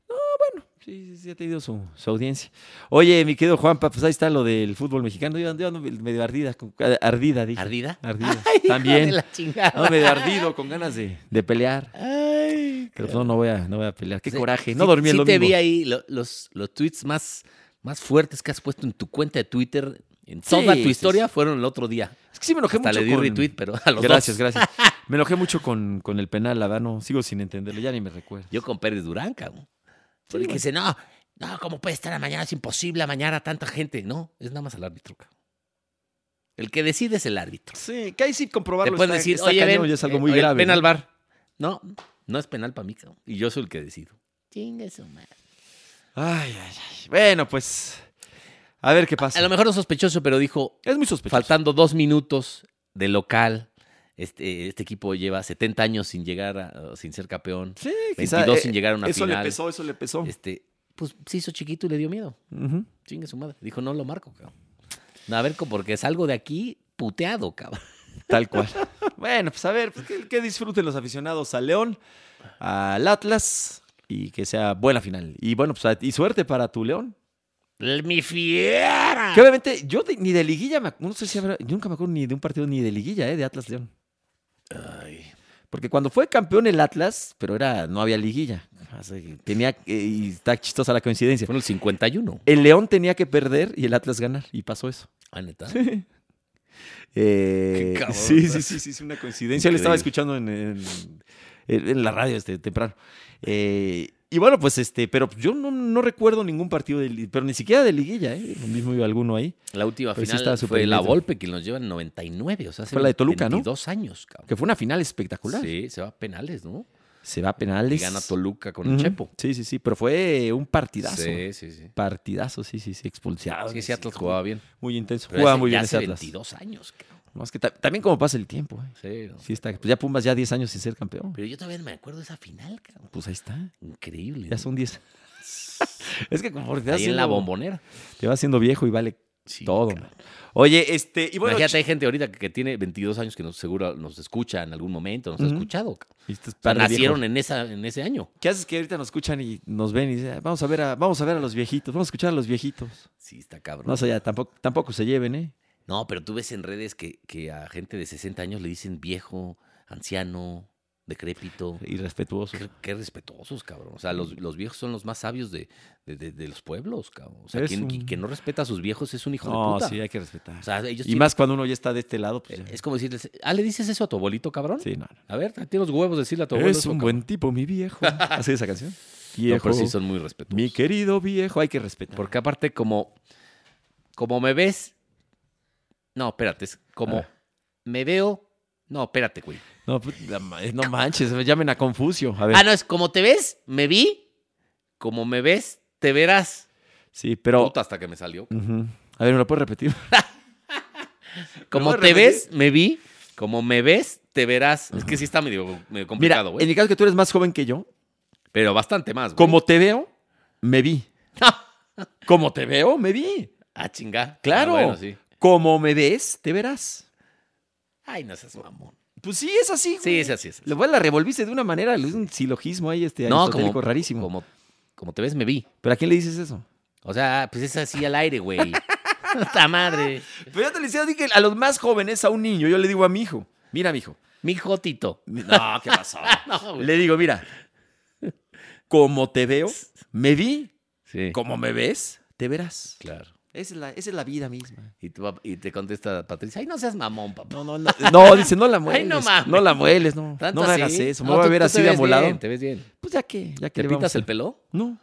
No, bueno, sí, sí, sí ha tenido su, su audiencia. Oye, mi querido Juanpa, pues ahí está lo del fútbol mexicano. Yo ando, yo ando medio ardida, con- ardida, dije.
¿Ardida?
Ardida.
Ay, hijo de
También.
la chingada.
Ando medio ardido, con ganas de, de pelear.
Ay,
Pero pues,
cabrón.
no, no voy a, no voy a pelear. Qué
Sí,
coraje.
sí,
No dormí el
Sí, te
domingo.
vi ahí lo- los, los tweets más, más fuertes que has puesto en tu cuenta de Twitter. En toda
Sí,
tu
sí,
historia fueron el otro día.
Es que sí me enojé
Hasta
mucho
le di
con-
retweet, pero a los
Gracias,
dos.
gracias. Me enojé mucho con, con el penal, la verdad, no, sigo sin entenderlo, ya ni me recuerdo.
Yo con Pérez Durán, cabrón. Porque
bueno.
dice, no, no, ¿cómo puede estar a mañana? Es imposible a mañana a tanta gente. No, es nada más al árbitro, cabrón. El que decide es el árbitro.
Sí, que ahí sí
Te
comprobarlo.
pueden
está-
decir,
está
oye,
cañón,
ven,
ya es
eh,
algo muy
oye,
grave.
ven
¿no?
al bar. No, no es penal para mí, cabrón. Y yo soy el que decido. Chingue su madre.
Ay, ay, ay. Bueno, pues. A ver qué pasa.
A lo mejor no sospechoso, pero dijo,
Es muy sospechoso.
faltando dos minutos de local. Este, este equipo lleva 70 años sin llegar a, sin ser campeón.
Sí,
22
quizá, eh,
sin llegar a una
Eso
final.
le pesó, eso le pesó.
Este, pues se hizo chiquito y le dio miedo.
Ujú.
Chingue su madre. Dijo, no lo marco, cabrón. No, a ver, co- porque salgo de aquí puteado, cabrón.
Tal cual. bueno, pues a ver, pues, que, que disfruten los aficionados al León, al Atlas y que sea buena final. Y bueno, pues a- y suerte para tu León.
¡Mi fiera!
Que obviamente yo de- ni de liguilla, me, ac- no sé si habrá- yo nunca me acuerdo ni de un partido ni de liguilla, ¿eh? De Atlas León.
Ay,
Porque cuando fue campeón el Atlas, pero era no había liguilla. Así que Tenía, eh, y está chistosa la coincidencia.
fueron el 51.
El León tenía que perder y el Atlas ganar, y pasó eso.
Ah, neta.
Eh,
Qué cabrón,
sí,
¿verdad?
sí, sí, sí, es una coincidencia. Lo estaba
Increíble.
escuchando en, en- en- en la radio este, temprano. Eh, y bueno, pues este, pero yo no, no recuerdo ningún partido, de, li- pero ni siquiera de liguilla, ¿eh? Lo mismo iba alguno ahí,
La última
Pero sí
final
estaba
fue
súper
la
neta.
Volpe, que nos lleva en 99. O sea, hace
Fue la de Toluca, ¿no?
22 años, cabrón.
que fue una final espectacular.
Sí, se va a penales, ¿no?
Se va a
Y
penales.
gana Toluca con el
Ujú.
Chepo.
Sí, sí, sí, pero fue un partidazo.
Sí, sí, sí.
Partidazo, sí, sí, sí, expulsado.
Sí, sí, Atlas jugaba bien.
Muy intenso.
Pero
Jugaba
hace-
muy
ya
bien ese
hace
Atlas.
22 años, cabrón.
No, es que ta- también como pasa el tiempo. eh.
Sí, no.
Sí está, pues ya Pumas ya 10 años sin ser campeón.
Pero yo todavía me acuerdo de esa final, cabrón.
Pues ahí está,
Increíble.
ya
¿no?
son 10. es que como te vas
Ahí en la
haciendo-
bombonera.
te vas haciendo viejo y vale
Sí,
todo.
cabrón.
man. Oye, este, y bueno,
Imagínate, hay gente ahorita que, que tiene 22 años que nos, seguro nos escucha en algún momento, nos ha
Ujú.
escuchado. cabrón.
ch- estos
O sea,
este par de
nacieron
viejos.
en, esa, en ese año.
¿Qué haces que ahorita nos escuchan y nos ven y dicen, "Ah, vamos a ver a, vamos a ver a los viejitos, vamos a escuchar a los viejitos?
Sí, está cabrón.
No
No,
sé, ya tampoco, tampoco se lleven, ¿eh?
pero tú ves en redes que, que a gente de 60 años le dicen viejo, anciano, decrépito.
Irrespetuosos.
Pues Qué, qué respetuosos, cabrón. O sea, los, los viejos son los más sabios de, de- de- de los pueblos, cabrón. O sea,
Es
quien,
un-
qui- quien no respeta a sus viejos es un hijo de
No,
puta.
sí, hay que respetar.
O sea, ellos
y
tienen-
más cuando uno ya está de este lado, pues ya.
Es como decirles, ah, ¿le dices eso a tu abuelito, cabrón?
Sí, no, no.
A ver, tiene los huevos de decirle a tu abuelo.
es
eso,
un
cabrón.
buen tipo, mi viejo. ¿Así esa canción?
No,
Viejo.
pero sí son muy respetuosos.
Mi querido viejo, hay que respetar.
Porque aparte, como, como me ves. No, espérate, es como
Ah.
me veo. No, espérate, güey.
No, put- la ma- eh, no manches, llamen a Confucio. A ver.
Ah, no, es como te ves, me vi. Como me ves, te verás.
Sí, pero.
Puta, hasta que me salió.
Ujú. A ver, ¿me lo puedes repetir?
Como
¿Me
te
puedes
ves, me vi. Como me ves, te verás. Es que sí está medio, medio
Mira,
complicado,
en
güey.
mi caso que tú eres más joven que yo,
Pero bastante más, güey.
como te veo, me vi. Como te veo, me vi.
Ah, chinga.
Claro.
Ah, bueno, sí.
Como me ves, te verás.
Ay, no seas mamón.
Pues sí, es así.
Sí,
güey.
es así. Es así.
Lo cual la revolviste de una manera, es un silogismo ahí, este,
No,
aristotélico
como,
rarísimo.
Como, como te ves, me vi.
¿Pero a quién le dices eso?
O sea, pues es así al aire, güey. ¡Puta madre!
Pero yo te le decía, dije, a los más jóvenes, a un niño, yo le digo a mi hijo, mira, mi hijo.
Mi jotito.
No, ¿qué pasó?
No, güey.
le digo, mira, como te veo, me vi,
Sí.
como me ves, te verás.
Claro.
Esa es la, esa es la vida misma.
Y, tu pap- y te contesta Patricia, ay, no seas mamón, papá.
No, no, no. No, dice, no la mueles.
Ay, no
no,
mames.
la mueles, no.
Tanto
no me
así.
hagas eso. Me
No,
voy a
tú-
ver
tú
así
te
de
ves
volado.
bien, te ves bien.
Pues ya que, ya que
¿Te
le vamos
pintas
a-
el pelo?
No.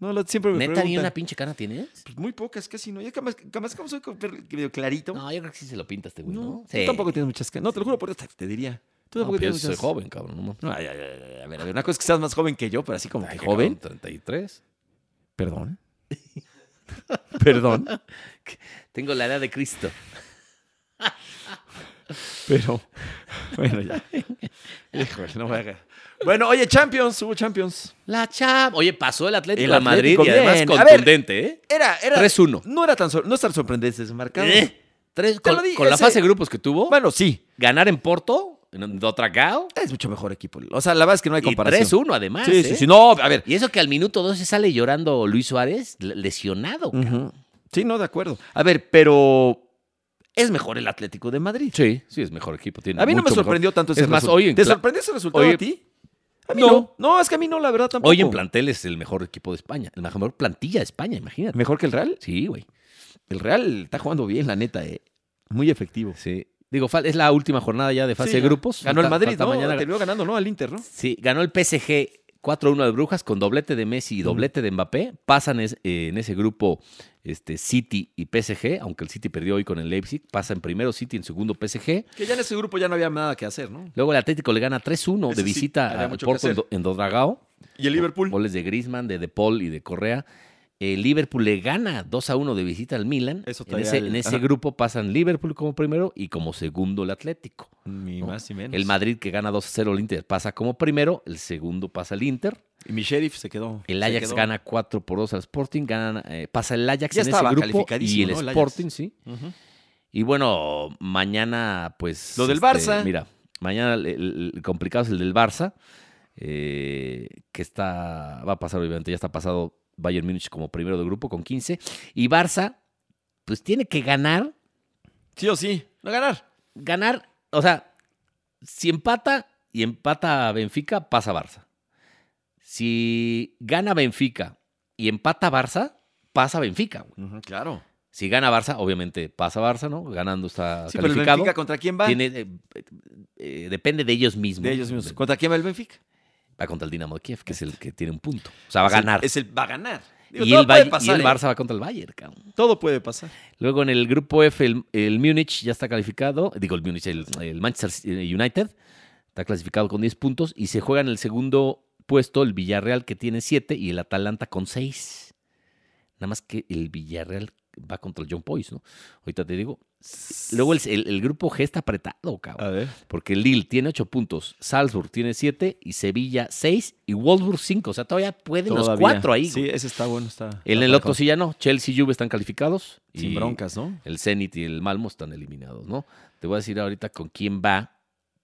No, lo- siempre me
¿Neta ni
preguntan.
una pinche cana tienes?
Pues muy pocas, casi no. Yo que más, que más como soy con- per- medio clarito.
No, yo creo que sí se lo pintaste, güey,
no,
¿no?
tú tampoco tienes muchas canas. No, te lo juro por Dios, te diría. Tú Tú tampoco
No, pero yo
tienes
soy
muchas-
joven, cabrón. No, mames.
No, ay, ay, ay, ay, a ver, a ver, una cosa es que estás más joven que yo, pero así como
Ay,
que
qué
joven.
cabrón, 33.
Perdón. Perdón,
Tengo la edad de Cristo.
pero bueno, ya. Híjole, no me haga. Bueno, oye, Champions, hubo Champions.
La chap. Oye, pasó el Atlético
El
a Madrid
Atlético,
y además
bien. A ver.
contundente, ¿eh?
Era, era.
3-1.
No era tan, sor- no es tan sorprendente ese marcado.
¿Eh? Tres-
Te
con
lo di,
con la
ese-
fase de grupos que tuvo,
Bueno, sí,
ganar en Porto, en Dotracao,
es mucho mejor equipo. O sea, la verdad es que no hay
y
comparación.
3-1 además.
sí,
¿eh?
sí, sí. No, a ver.
Y eso que al minuto 12 sale llorando Luis Suárez, le- lesionado. cabrón.
Ujú. Sí, no, de acuerdo. A ver, pero es mejor el Atlético de Madrid.
Sí, sí, es mejor equipo. tiene
A mí no me
mucho mejor-
sorprendió tanto ese
Es más,
resultado.
hoy en
¿Te
cla-
sorprendió ese resultado
hoy-
a ti? A mí
No.
no. no. es que a mí no, la verdad tampoco.
Hoy en plantel es el mejor equipo de España, la mejor plantilla de España, imagínate.
¿Mejor que el Real?
Sí, güey.
El Real está jugando bien, la neta, eh. Muy efectivo.
Sí. Digo, fal- es la última jornada ya de fase
Sí,
de grupos.
Ganó el
Falta-
Madrid,
falta
¿no?
mañana-
Terminó ganando, ¿no? Al Inter, ¿no?
Sí, ganó el PSG 4-1 de Brujas con doblete de Messi y
Ujú.
doblete de Mbappé. Pasan es- eh, en ese grupo este, City y PSG, aunque el City perdió hoy con el Leipzig. Pasan primero City, en segundo PSG.
Que ya en ese grupo ya no había nada que hacer, ¿no?
Luego el Atlético le gana 3-1
Ese
de
sí,
visita
había
al
mucho que
Porto en,
hacer.
Do- en Dodragao.
Y el Liverpool.
Goles de Griezmann, de De Paul y de Correa. El Liverpool le gana 2 a 1 de visita al Milan.
Eso
en
traía
ese,
el-
en ese
ajá.
grupo pasan Liverpool como primero y como segundo el Atlético.
Ni
No.
más ni menos.
El Madrid que gana 2 a 0 el Inter pasa como primero, el segundo pasa el Inter.
Y mi sheriff se quedó.
El
se
Ajax
quedó.
gana 4 por 2 al Sporting, ganan, eh, pasa el Ajax
Ya
en
estaba
ese grupo
calificadísimo,
y el
¿no? el Ajax.
Sporting, sí.
Ujú.
Y bueno, mañana, pues.
Lo del Barça.
Mira, mañana el, el- el complicado es el del Barça, eh, que está. Va a pasar, obviamente, ya está pasado Bayern Múnich como primero de grupo con 15. Y Barça, pues tiene que ganar.
Sí o sí. No ganar.
Ganar, o sea, si empata y empata Benfica, pasa Barça. Si gana Benfica y empata Barça, pasa Benfica. güey.
Claro.
Si gana Barça, obviamente pasa Barça, ¿no? Ganando está
Sí, pero el
calificado.
Benfica contra quién va?
Tiene, eh, eh, depende de ellos mismos.
De ellos mismos. ¿Contra quién va el Benfica?
Va contra el Dinamo de Kiev, que es el que tiene un punto. O sea, va a ganar.
Es el, va a ganar. Digo,
y,
todo
el
puede
Bay- y
pasar,
el
¿eh?
Barça va contra el Bayern, cabrón.
Todo puede pasar.
Luego en el grupo F, el, el Múnich ya está calificado. Digo, el Múnich, el, el Manchester eh, United está clasificado con 10 puntos. Y se juega en el segundo puesto el Villarreal, que tiene 7, y el Atalanta con 6. Nada más que el Villarreal va contra el John Boys, ¿no? Ahorita te digo. Luego el, el- el grupo G está apretado, cabrón.
A ver.
Porque Lille tiene 8 puntos, Salzburg tiene 7 y Sevilla 6 y Wolfsburg 5. O sea, todavía pueden los
Todavía.
4 ahí.
Sí,
güey.
ese está bueno. Está,
en
está
el otro
parejo.
sí ya no. Chelsea y Juve están calificados.
Sin
y
broncas, ¿no?
El Zenit y el Malmo están eliminados, ¿no? Te voy a decir ahorita con quién va.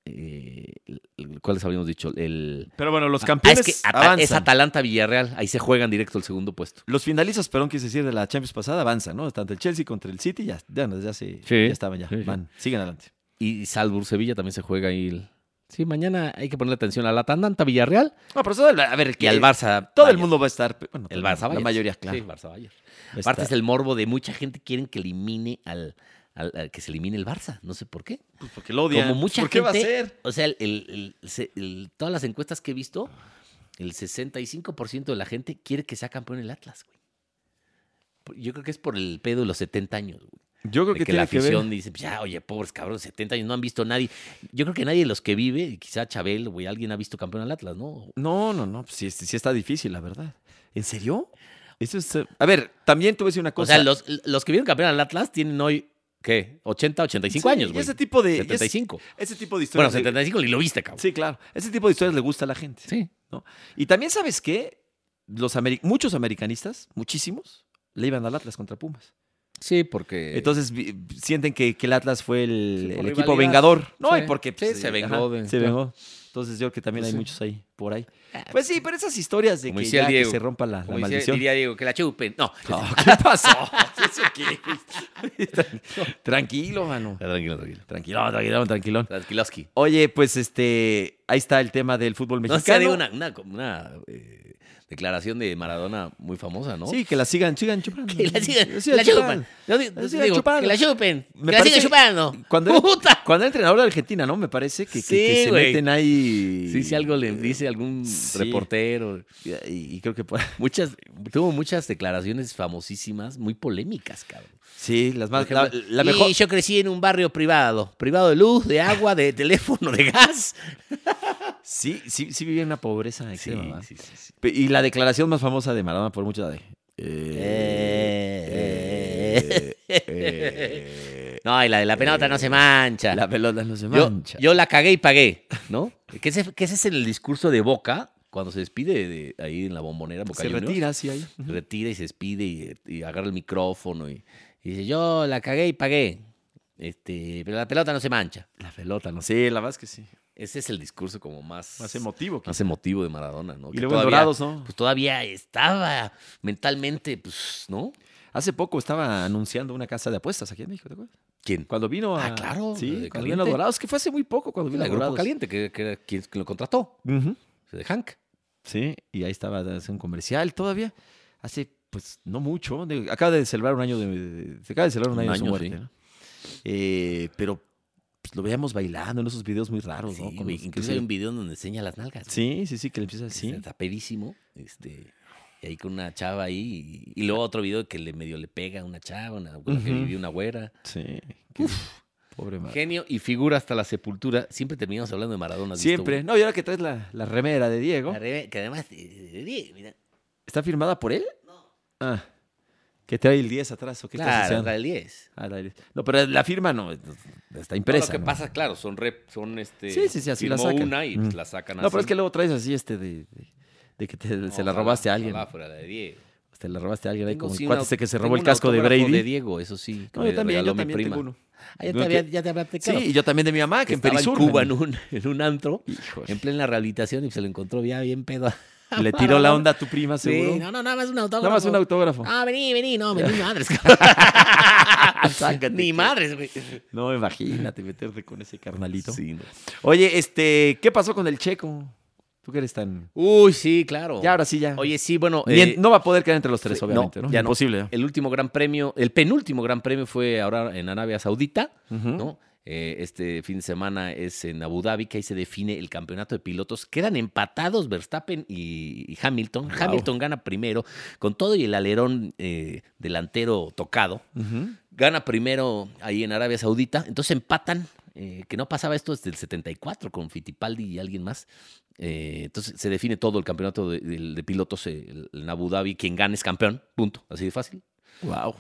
eh, el- el- ¿Cuáles habíamos dicho? El,
Pero bueno, los
Ah, es
campeones
que Ata-
avanzan.
es Atalanta-Villarreal. Ahí se juegan directo el segundo puesto.
los finalistas, perdón, quise decir, de la Champions pasada avanzan, ¿no? Tanto el Chelsea contra el City ya, ya, no, ya se,
Sí.
ya estaban ya.
Sí, sí.
Van, siguen adelante.
Y Salzburg-Sevilla también se juega ahí. el- Sí, mañana hay que ponerle atención al Atalanta-Villarreal
No, pero todo el- a ver,
y al
Barça.
Barça.
Todo el
Bayern.
mundo va a estar. Bueno,
El
todo
Barça Bayern.
La mayoría, claro.
Sí, Barça-Bayern.
Va a
Aparte
estar.
es el morbo de mucha gente quieren que elimine al, al- al- que se elimine el Barça, no sé por qué.
Pues porque lo odian.
Como mucha
¿Por qué va a
gente-
ser?
O sea, el- el- el- se- el- todas las encuestas que he visto, el 65% de la gente quiere que sea campeón el Atlas, güey. Por- Yo creo que es por el pedo de los 70 años, güey.
Yo creo
De
que,
que, la
tiene que ver.
afición dice, pues, ya, oye, pobres cabrón, 70 años, no han visto nadie. Yo creo que nadie de los que vive, y quizá Chabel, güey, alguien ha visto campeón al Atlas, ¿no?
No, no, no. pues sí, sí está difícil, la verdad. ¿En serio? Eso es. eh, A ver, también te voy a decir una
O
cosa.
sea, los, los que vieron campeón al Atlas tienen hoy, ¿qué? 80, 85
Sí,
años,
y
güey.
Ese tipo de.
75.
Ese, ese tipo de
Bueno,
historias. de-
75 ni lo viste, cabrón.
Sí, claro. Ese tipo de historias le gusta a la gente.
Sí.
Y también, ¿sabes qué? Los ameri- muchos americanistas, muchísimos, le iban al Atlas contra Pumas.
Sí, porque.
Entonces vi- sienten que, que el Atlas fue el,
Eh. Sí, por
el equipo
rivalidad.
vengador. No,
Sí.
y porque pues, eh,
Sí, se vengó de-
se
claro.
vengó. Entonces yo creo que también
Pues
hay
sí. Ah,
muchos ahí, por ahí. Pues sí, pero esas historias de
Como
que
decía el
ya que
Diego.
se rompa la, la
como dice-
maldición.
diría Diego, que la chupen. No.
No, ¿Qué pasó? ¿Eso qué? Tranquilo, mano.
Tranquilo, tranquilo.
Tranquilo, tranquilo, tranquilón.
Tranquiloski.
Oye, pues este, ahí está el tema del fútbol
No
mexicano.
sé, digo una, una, una, eh, declaración de Maradona muy famosa, ¿no?
Sí, que la sigan, sigan chupando.
Que la sigan,
Sí,
la chupan. Yo digo-
La sigan
digo,
chupando.
que la chupen.
Me
que la sigan
parece-
chupando.
Cuando era,
¡Puta!
cuando era entrenador de Argentina, ¿no? Me parece que, que-
Sí,
que se
güey.
meten ahí muy.
Sí, si algo le dice algún
Sí.
reportero.
Y, y creo que. por-
Muchas, tuvo muchas declaraciones famosísimas, muy polémicas, cabrón.
Sí, las más.
Por
La,
ejemplo,
la mejor.
Y yo crecí en un barrio privado, privado de luz, de agua, de teléfono, de gas.
Sí, sí, sí vivía en una pobreza extrema. ¿verdad?
sí, sí, sí.
Pe- Y la declaración más famosa de Maradona, por mucho, la de. eh, eh, eh,
No, y la de la pelota no se mancha.
la pelota no se
yo,
mancha.
yo la cagué y pagué, ¿no? Que ese, que ese es el discurso de Boca cuando se despide de, ahí en la bombonera. Boca
se
Juniors.
retira, sí, ahí.
Se retira y se despide y, y agarra el micrófono y, y dice, yo la cagué y pagué. Este, pero la pelota no se mancha.
La pelota, no Sí, la verdad es que sí.
Ese es el discurso como más,
Más emotivo. quizá.
más emotivo de Maradona, ¿no?
Y
Que
luego en
todavía-
Dorados, ¿no?
Pues todavía estaba mentalmente, pues, ¿no?
Hace poco estaba anunciando una casa de apuestas aquí en México, ¿te acuerdas?
¿Quién?
Cuando vino a.
Ah, claro,
Sí,
la de
cuando vino a
Caliente.
Dorados, que fue hace muy poco cuando vino
La
a
de Grupo
Dorados.
Caliente, que, que era quien quien lo contrató,
Ujú.
de Hank.
Sí, y ahí estaba hace un comercial todavía. Hace, pues, no mucho. de- acaba de celebrar un año de, de- se acaba de celebrar un,
Un
año de su
año,
muerte,
sí.
¿no? Eh, pero pues, lo veíamos bailando en esos videos muy raros, ¿no?
Sí,
Con
güey,
los que
incluso
se-
hay un video en donde enseña las nalgas. güey.
Sí, sí, sí, que le empieza
Este,
así.
Está pedísimo. Este, y ahí con una chava ahí. Y, y luego otro video que le medio le pega a una chava, una, con la que
Ujú.
vivió una güera.
Sí. que- pobre madre.
Genio y figura hasta la sepultura. Siempre terminamos hablando de Maradona. ¿has visto,
Siempre.
güey?
No, y ahora que traes la, la remera de Diego,
La re- Que además, eh, eh, mira,
¿está firmada por él? No. Ah, que trae el 10 atrás, ¿o qué estás
claro,
haciendo?
la del 10.
Ah, trae el 10. No, pero la firma no, está
No,
impresa.
lo que
¿no?
pasa, claro, son, rep- son este.
Sí, sí, sí, así la
firmó
sacan.
una y pues,
Mm.
la sacan
No, pero es
así.
que luego traes así este de, de- de que te- se
No,
la
ojalá,
robaste a alguien.
ojalá fuera la de Diego.
Se la robaste a alguien ahí
Tengo
como
sí
el
un
cuate
au-
ese que se
tengo
robó el
un
casco de
autógrafo
Brady.
de Diego, eso sí. que
no,
me
yo también,
regaló
yo
mi
también
prima.
tengo uno.
Ah, ya
Uno
te,
que-
había- ya te había platicado.
Sí, y yo también de mi mamá,
que
que en
estaba en
Perisur. man.
Cuba en un, en un antro,
Híjole.
en plena rehabilitación, y se lo encontró ya bien pedo.
Le tiró la onda a tu prima, seguro.
Sí, no, no, nada más un autógrafo.
Nada más un autógrafo.
Ah, vení, vení, no, vení, madres.
Sácate,
Ni
que-
madres, güey.
No, imagínate meterte con ese carnalito.
Sí, no.
Oye, este, ¿qué pasó con el checo? Tú que eres tan.
Uy, sí, claro.
Ya, ahora sí, ya.
Oye, sí, bueno.
Ni en-
eh,
no va a poder quedar entre los tres,
sí,
obviamente,
no,
¿no? Eh,
ya no.
Imposible. ¿no?
El último gran premio, el penúltimo gran premio fue ahora en Arabia Saudita,
Ujú.
¿no? Eh, este fin de semana es en Abu Dhabi, que ahí se define el campeonato de pilotos. Quedan empatados Verstappen y, y Hamilton.
Wow.
Hamilton gana primero, con todo y el alerón eh, delantero tocado.
Ujú.
Gana primero ahí en Arabia Saudita, entonces empatan, eh, que no pasaba esto desde el 74 con Fittipaldi y alguien más. Eh, entonces se define todo el campeonato de, de- de pilotos eh, el- en Abu Dhabi. Quien gane es campeón, punto, así de fácil.
Wow.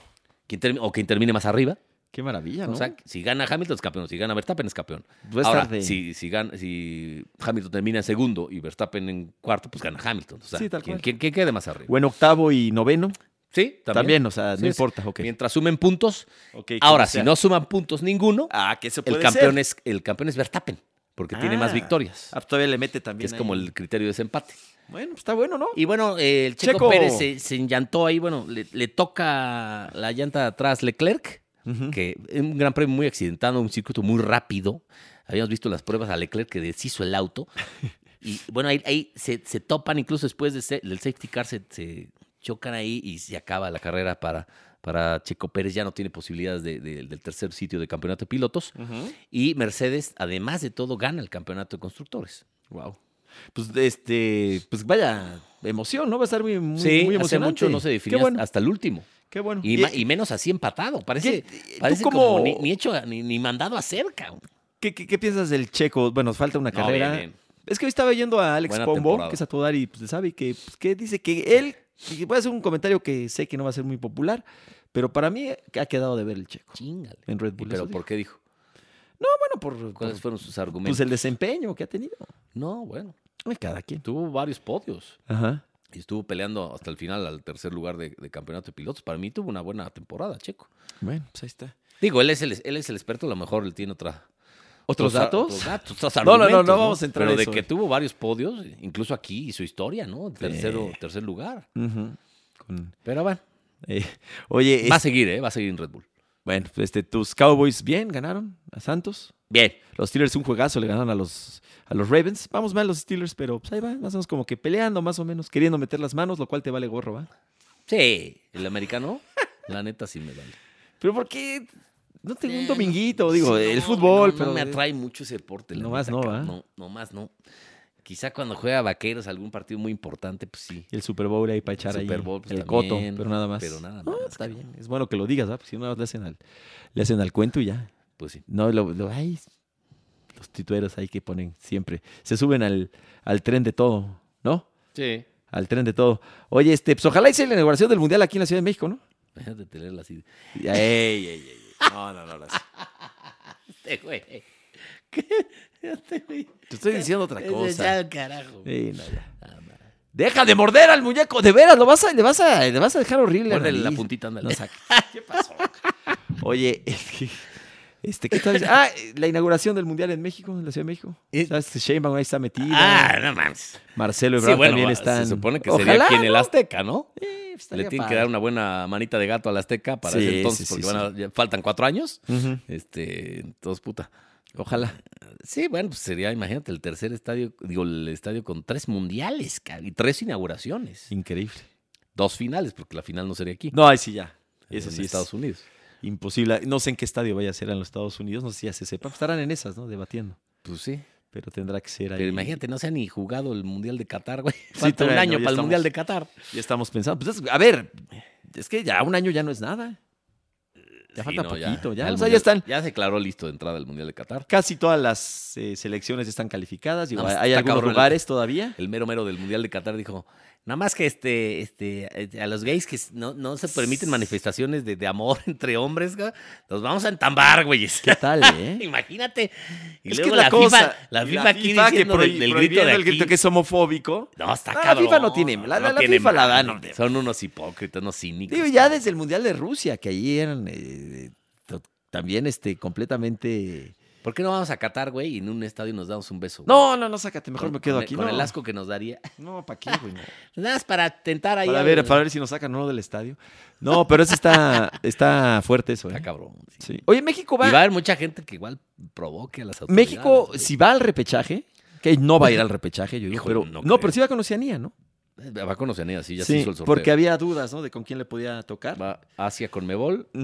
Quien termi- o quien termine más arriba.
Qué maravilla, ¿no?
O sea, si gana Hamilton es campeón, si gana Verstappen es campeón.
Va a estar
Ahora,
de-
si, si, gana- si Hamilton termina en segundo y Verstappen en cuarto, pues gana Hamilton. O sea,
Sí, tal
quien,
cual.
quien- quien quede más arriba.
O en octavo y noveno.
sí,
También, o sea, no
Sí, sí.
importa. ok.
Mientras sumen puntos.
Ok, como
Ahora,
sea.
si no suman puntos ninguno,
Ah, que eso puede
el campeón, es, el campeón es Verstappen, porque tiene más
Ah.
victorias.
Ah, todavía le mete
Que
también.
es como
ahí.
el criterio de desempate.
Bueno, pues está bueno, ¿no?
Y bueno, eh, el Checo,
Checo.
Pérez se, se enllantó ahí. Bueno, le, le toca la llanta de atrás Leclerc,
Ujú.
que es un gran premio muy accidentado, un circuito muy rápido. Habíamos visto las pruebas a Leclerc que deshizo el auto. Y bueno, ahí, ahí se, se topan, incluso después de se- del safety car, se, se chocan ahí y se acaba la carrera para, para Checo Pérez. Ya no tiene posibilidades de- de- del tercer sitio de campeonato de pilotos.
Ujú.
Y Mercedes, además de todo, gana el campeonato de constructores.
Wow. Pues este, pues vaya emoción, ¿no? Va a estar muy, muy, muy
hace
emocionante.
mucho no se definía
Qué bueno,
hasta el último.
qué bueno.
Y, ma- y menos así empatado. Parece,
¿Qué-
parece
tú
como,
cómo-
ni, ni hecho, ni, ni mandado a cerca.
¿qué, qué, qué piensas del Checo? Bueno, falta una
No,
carrera.
bien, bien.
Es que hoy estaba yendo a Alex
Buena
Pombo,
temporada.
que es a todo dar y pues, sabe que, pues, que dice que él, y voy a hacer un comentario que sé que no va a ser muy popular, pero para mí ha quedado de ver el Checo
Chingale. Pues,
en Red Bull.
¿Pero
eso
por qué dijo?
digo. bueno, por,
¿Cuáles
por-
fueron sus argumentos?
pues, el desempeño que ha tenido.
No, bueno.
Ay, Cada quien.
Tuvo varios podios.
Ajá.
Y estuvo peleando hasta el final al tercer lugar de, de campeonato de pilotos. Para mí tuvo una buena temporada, Checo.
Bueno, pues ahí está.
Digo, él es el, él es el experto, a lo mejor él tiene otra,
¿Otros
ar-
datos?
otros datos, otros
No, no, no,
argumentos,
no vamos a entrar
Pero
en
de
eso.
que tuvo varios podios, incluso aquí, y su historia, ¿no? Tercero, tercer lugar.
Ujú. Con-
Pero bueno,
eh, oye,
va a
es-
seguir, ¿eh? Va a seguir en Red Bull.
bueno, pues, este, tus Cowboys bien ganaron a Santos.
Bien.
Los Steelers un juegazo le ganaron a los, a los Ravens. Vamos mal los Steelers, pero pues, ahí va, más o menos como que peleando, más o menos, queriendo meter las manos, lo cual te vale gorro, ¿va?
Sí, el americano, la neta sí me vale.
Pero ¿por qué? No tengo Este,
Eh,
un
no-
dominguito, digo,
Sí,
el
no,
fútbol,
no,
pero.
No me atrae mucho ese deporte. la
Nomás
neta,
no,
cabrón.
¿ah?
No, nomás no. Quizá cuando juega Vaqueros algún partido muy importante, pues sí.
El Super Bowl ahí para echar
El
ahí.
Super Bowl, pues,
el
también,
coto, pero nada más.
pero nada
No,
más,
está
cabrón.
bien. Es bueno que lo digas, ¿ah? Porque si no, le hacen al, le hacen al cuento y ya.
Pues sí.
No, lo, lo- ay, los titueros ahí que ponen siempre. Se suben al, al tren de todo, ¿no?
Sí.
Al tren de todo. Oye, este, pues ojalá hice la inauguración del Mundial aquí en la Ciudad de México, ¿no?
Déjate tenerla así.
Y- Ey, ey, ey, ey. No, no, no. ahora sí.
Este güey. ¿Qué? Este güey.
Te estoy diciendo otra
Ese ya
cosa.
al carajo.
Sí, no, ya.
Ah, madre.
Deja de morder al muñeco, de veras, lo vas a, le vas a, le vas a dejar horrible. la
Pórdele la
nariz.
puntita, ándale.
No, saca. Oye, este, ¿qué tal? Ah, la inauguración del Mundial en México, en la Ciudad de México.
Eh.
¿Sabes? Sheinbaum ahí está metido.
Ah, no mames.
Marcelo
Sí,
Ebrard
bueno,
también
va,
están.
se supone que
Ojalá,
sería aquí en el
¿no?
Azteca, ¿no?
Eh, estaría
Le tienen que
padre.
dar una buena manita de gato al Azteca para
Sí,
ese entonces,
sí, sí,
porque van a- ya faltan cuatro años.
Ujú.
Este, entonces, puta.
Ojalá.
Sí, bueno, pues sería, imagínate, el tercer estadio, digo, el estadio con tres mundiales ca- y tres inauguraciones.
Increíble.
Dos finales, porque la final no sería aquí.
No, ahí sí ya.
en
Eso sí
Estados
es
Unidos.
imposible. No sé en qué estadio vaya a ser en los Estados Unidos, no sé si ya se sepa. Pues Estarán en esas, ¿no? Debatiendo.
Pues sí.
Pero tendrá que ser ahí.
Pero imagínate, no se ha ni jugado el Mundial de Qatar, güey. Falta un
todavía no,
año
ya
para el
estamos.
Mundial de Qatar.
Ya estamos pensando. Pues es- a ver, es que ya un año ya no es nada. Ya
Sí,
falta
no,
poquito, ya.
el
O sea, ya
Mundial-
están.
Ya se declaró listo de entrada el Mundial de Qatar.
Casi todas las eh, selecciones están calificadas. Digo,
No, pues,
hay
está
hay algunos
cabrón el-
lugares todavía.
El mero mero del Mundial de Qatar dijo, nada más que este, este, eh, a los gays que no, no se permiten manifestaciones de, de amor entre hombres, güey, nos vamos a entambar, güeyes.
¿Qué tal, eh?
Imagínate. Y
Es que
luego
es
la,
cosa.
FIFA, la
Y
FIFA aquí
FIFA que
diciendo
prohi-
del, del grito
prohibiendo
de
el grito
aquí.
que es homofóbico.
No, está
No, la
cabrón.
FIFA no tiene- la- la- la FIFA la da, no.
Son unos hipócritas, unos cínicos.
Digo, ya desde el Mundial de Rusia, que ahí eran eh, to- también este, completamente.
¿Por qué no vamos a Qatar, güey, y en un estadio nos damos un beso? güey?
No, no, no, sácate, mejor
Con-
me quedo
con el-
aquí.
Con
no.
el asco que nos daría.
No, ¿para qué, güey? No.
Nada más para tentar ahí.
Para
al-
ver, para ver si nos sacan uno del estadio. No, pero eso está, está fuerte eso,
Está
¿eh?
cabrón. sí.
Sí. Oye, México
Y va a
va.
haber mucha gente que igual provoque a las autoridades.
México,
güey.
si va al repechaje, que no va a ir al repechaje, yo digo,
Híjole,
pero.
no
No,
creo.
pero sí va con Oceanía, ¿no?
Eh, Va con Oceanía, sí, ya
Sí,
se hizo el sorteo.
porque había dudas, ¿no? De con quién le podía tocar.
Va Asia con Mebol, eh,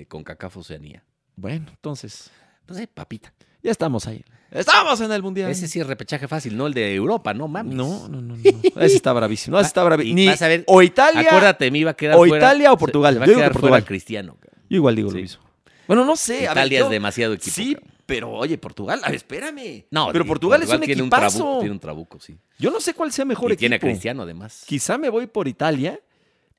Ujú.
con Cacaf Oceanía.
Bueno, entonces,
Entonces, papita.
ya estamos ahí. Estamos en el Mundial.
Ese sí es repechaje fácil, no el de Europa, no mames.
No, no, no, no. Ese está bravísimo. No, ese está bravísimo.
Y
Ni-
vas a ver,
o Italia.
Acuérdate, me iba a quedar
o
fuera-
Italia o
se-
Portugal.
Se va a
Yo digo
quedar
que
fuera
Portugal.
Cristiano. cabrón.
Yo igual digo
Sí.
lo mismo. Bueno, no sé. a ver,
Italia es
yo-
demasiado equipo.
Sí,
cabrón.
pero oye, Portugal, a ver, espérame.
No,
pero
sí,
Portugal, es un
tiene Un
equipazo.
trabuco, tiene un trabuco, sí.
Yo no sé cuál sea mejor
y
equipo.
tiene a Cristiano, además.
Quizá me voy por Italia,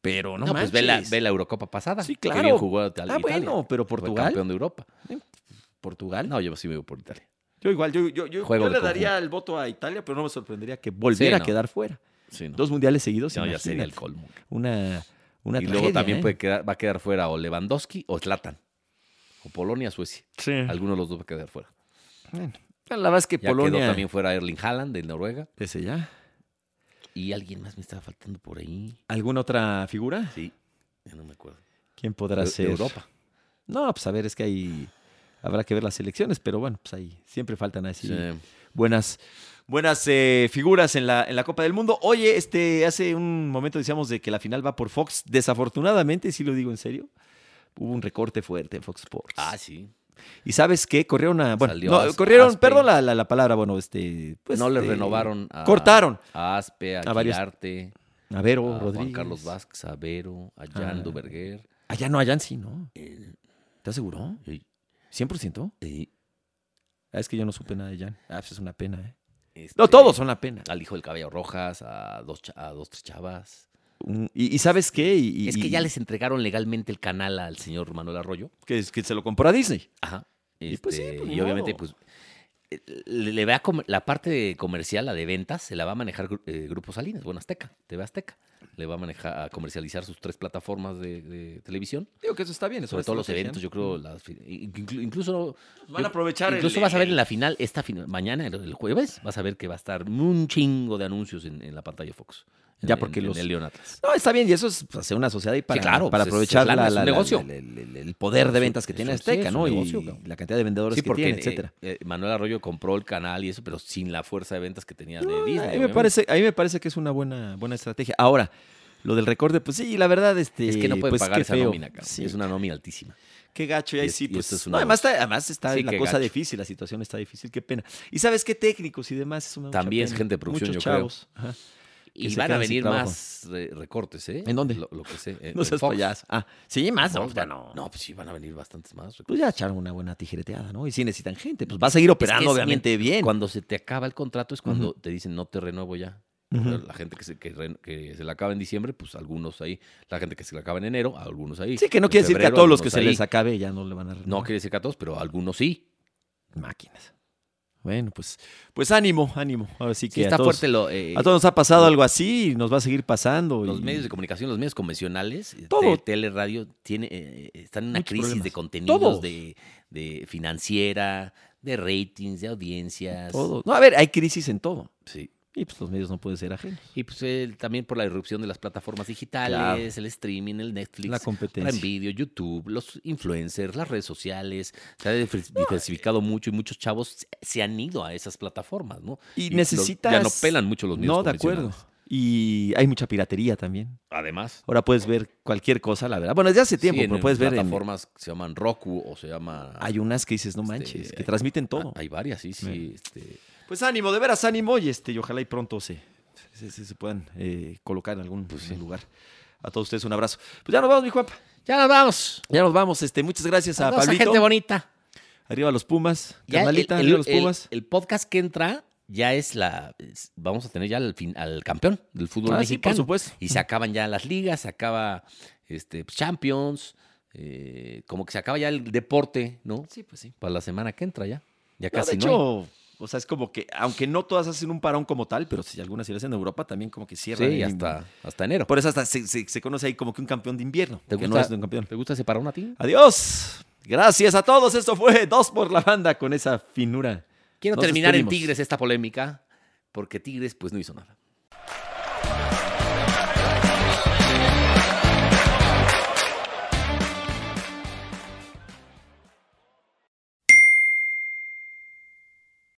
pero no,
No, pues ve la,
manches.
ve la Eurocopa pasada.
Sí,
que bien
claro.
jugó Italia.
Ah, bueno, pero
Fue
Portugal.
campeón de Europa.
Portugal.
No, yo sí me voy por Italia.
Yo igual, yo, yo, yo,
Juego
yo
de
le daría el voto a Italia, pero no me sorprendería que
Sí,
volviera
no.
a quedar fuera.
Sí, no.
Dos mundiales seguidos.
No, ya
imagínate.
sería el colmo.
Una, una
y
tragedia,
luego también
¿eh?
puede quedar, va a quedar fuera o Lewandowski o Zlatan. O Polonia, Suecia.
Sí.
Alguno de los dos va a quedar fuera.
Bueno, la verdad es que
Ya
Polonia.
quedó también fuera Erling Haaland de Noruega.
Ese ya.
Y alguien más me estaba faltando por ahí.
¿Alguna otra figura?
Sí, ya no me acuerdo.
¿Quién podrá
De- de
ser?
Europa.
No, pues a ver, es que ahí habrá que ver las elecciones, pero bueno, pues ahí siempre faltan así
Sí.
buenas, buenas eh, figuras en la, en la Copa del Mundo. Oye, este, hace un momento decíamos de que la final va por Fox. Desafortunadamente, sí lo digo en serio, hubo un recorte fuerte en Fox Sports.
Ah, sí.
Y sabes qué, corrieron a, bueno,
Salió
no,
As-
corrieron,
Aspe.
perdón la, la- la palabra, bueno, este, pues,
no le
este,
renovaron a.
cortaron.
A Aspe, a,
A varios-
Quirarte,
A Vero
a
Rodríguez.
Juan Carlos Vázquez, a Vero, a Jan
Ah.
Duberger.
Allá no, allá sí, ¿no?
Eh,
¿Te aseguró?
eh,
¿100%?
eh,
Ah, es que yo no supe nada de Jan. Ah, pues es una pena, ¿eh?
este,
No, todos son una pena.
Al hijo del cabello rojas, a dos, cha- a dos tres chavas.
Un- y, y sabes qué? Y- y-
es que
y-
ya les entregaron legalmente el canal al señor Manuel Arroyo.
Que, que se lo compró a Disney.
Ajá.
Y pues sí,
Este,
pues, ni
y obviamente,
modo.
pues, eh, le, le va a com- la parte comercial, la de ventas, se la va a manejar Gru- eh, Grupo Salinas, bueno, Azteca, TV Azteca. Le va a manejar, a comercializar sus tres plataformas de, de televisión.
Digo que eso está bien.
Sobre todo los eventos, yo creo, las fi- inclu- incluso,
Pues Van a aprovechar el-
incluso vas a ver
el-
en la final, esta fin- mañana, el, el jueves, vas a ver que va a estar un chingo de anuncios en, en la pantalla Fox. En-
Ya, porque
en- en
los-
el León Atlas.
No, está bien, y eso es pues, hacer una sociedad y para,
claro,
para
pues, es-
aprovechar
es lana,
la-
es un
la- la-
negocio.
la- el, el- el poder de
Es un-
ventas que tiene
es un- sí,
Azteca,
es un
¿no? Y
negocio, cabrón.
la cantidad de vendedores
Sí,
que
porque
tiene,
eh,
etcétera.
eh, Manuel Arroyo compró el canal y eso, pero sin la fuerza de ventas que tenía de Disney.
a, mí me
obviamente.
parece, a mí me parece que es una buena, buena estrategia. Ahora, lo del recorte, pues sí, la verdad, este.
Es que no pueden
pues,
pagar
qué
esa
feo.
nómina, cabrón.
Sí,
Es una nómina altísima.
Qué gacho, y
Y
ahí
es-
sí,
y
pues.
esto es
no,
una
además está, además está
Sí,
la
qué
cosa
gacho.
difícil, la situación está difícil, qué pena. Y sabes qué técnicos y demás, eso me da mucha
También es
pena.
gente de producción,
Muchos
yo creo.
chavos. ajá.
Y
se
van a
quedan sin
venir
trabajo.
más re- recortes, ¿eh?
¿En dónde?
Lo, lo que sé. en-
No
en
seas
Fox.
payaso. Ah, sí, más. No,
Fox
ya
va-
no.
No, pues sí, van a venir bastantes más. recortes.
Pues ya echaron una buena tijereteada, ¿no? Y si necesitan gente, pues va a seguir operando,
es
obviamente, bien.
Cuando se te acaba el contrato es cuando
Ujú.
te dicen no te renuevo ya.
Ujú.
La gente que se, que, re- que se la acaba en diciembre, pues algunos ahí. La gente que se la acaba en enero, algunos ahí.
Sí, que no
En
quiere decir que a
febrero,
todos los que
algunos
se les
ahí.
acabe ya no le van a renovar.
No quiere decir que a todos, pero a algunos sí.
Máquinas. Bueno, pues, pues ánimo, ánimo. Ahora sí que
Sí, está
a, todos,
fuerte lo, eh,
a todos nos ha pasado algo así y nos va a seguir pasando.
los
y-
medios de comunicación, los medios convencionales, eh,
Todo.
te- tele, radio, tiene, eh, están en una
Muchos
crisis de
problemas. Todos.
contenidos, de, de financiera, de ratings, de audiencias.
Todo. No, a ver, hay crisis en todo.
Sí.
Y pues los medios no pueden ser ajenos.
Y pues eh, también por la irrupción de las plataformas digitales, el streaming, el Netflix,
La competencia.
Prime Video, YouTube, los influencers, las redes sociales. Se ha dif-
eh,
diversificado mucho y muchos chavos se- se han ido a esas plataformas, ¿no?
Y
los-
necesitas...
ya no pelan mucho los medios
No, de acuerdo.
convencionales.
Y hay mucha piratería también.
Además.
Ahora puedes ver cualquier cosa, la verdad. Bueno, desde hace tiempo,
sí, en
pero puedes ver en...
plataformas que se llaman Roku o se llama...
Hay unas que dices, no
Este,
manches, que
hay-
transmiten todo.
Hay varias, sí, sí.
Sí.
este,
Pues ánimo, de veras ánimo y este, y ojalá y pronto se, se, se- se puedan eh, colocar en algún
Pues
en algún lugar. A todos ustedes un abrazo. Pues ya nos vamos, mi Juanpa.
Ya nos vamos.
Ya nos vamos. Este, muchas gracias a
Adiós a gente
Pablito.
bonita.
Arriba los Pumas.
Ya
Carnalita, arriba los Pumas.
el podcast que entra ya es la. es- vamos a tener ya al, fin- al campeón del fútbol
Ah, sí, por
mexicano.
supuesto.
Y se acaban ya las ligas, se acaba este, pues, Champions, eh, como que se acaba ya el deporte, ¿no?
Sí, pues sí.
Para la semana que entra ya. Ya
No, de
casi no. hay.
hecho, o sea, es como que, aunque no todas hacen un parón como tal, pero si algunas sí lo hacen en Europa, también como que cierran.
sí,
y-
hasta, hasta enero.
Por eso hasta se, se- se conoce ahí como que un campeón de invierno.
¿Te
que
gusta,
no es un campeón. Ah,
¿Te gusta ese parón a ti?
Adiós. Gracias a todos. Esto fue Dos por la Banda con esa finura.
Quiero
Nos
terminar en
despedimos.
Tigres esta polémica, porque Tigres pues no hizo nada.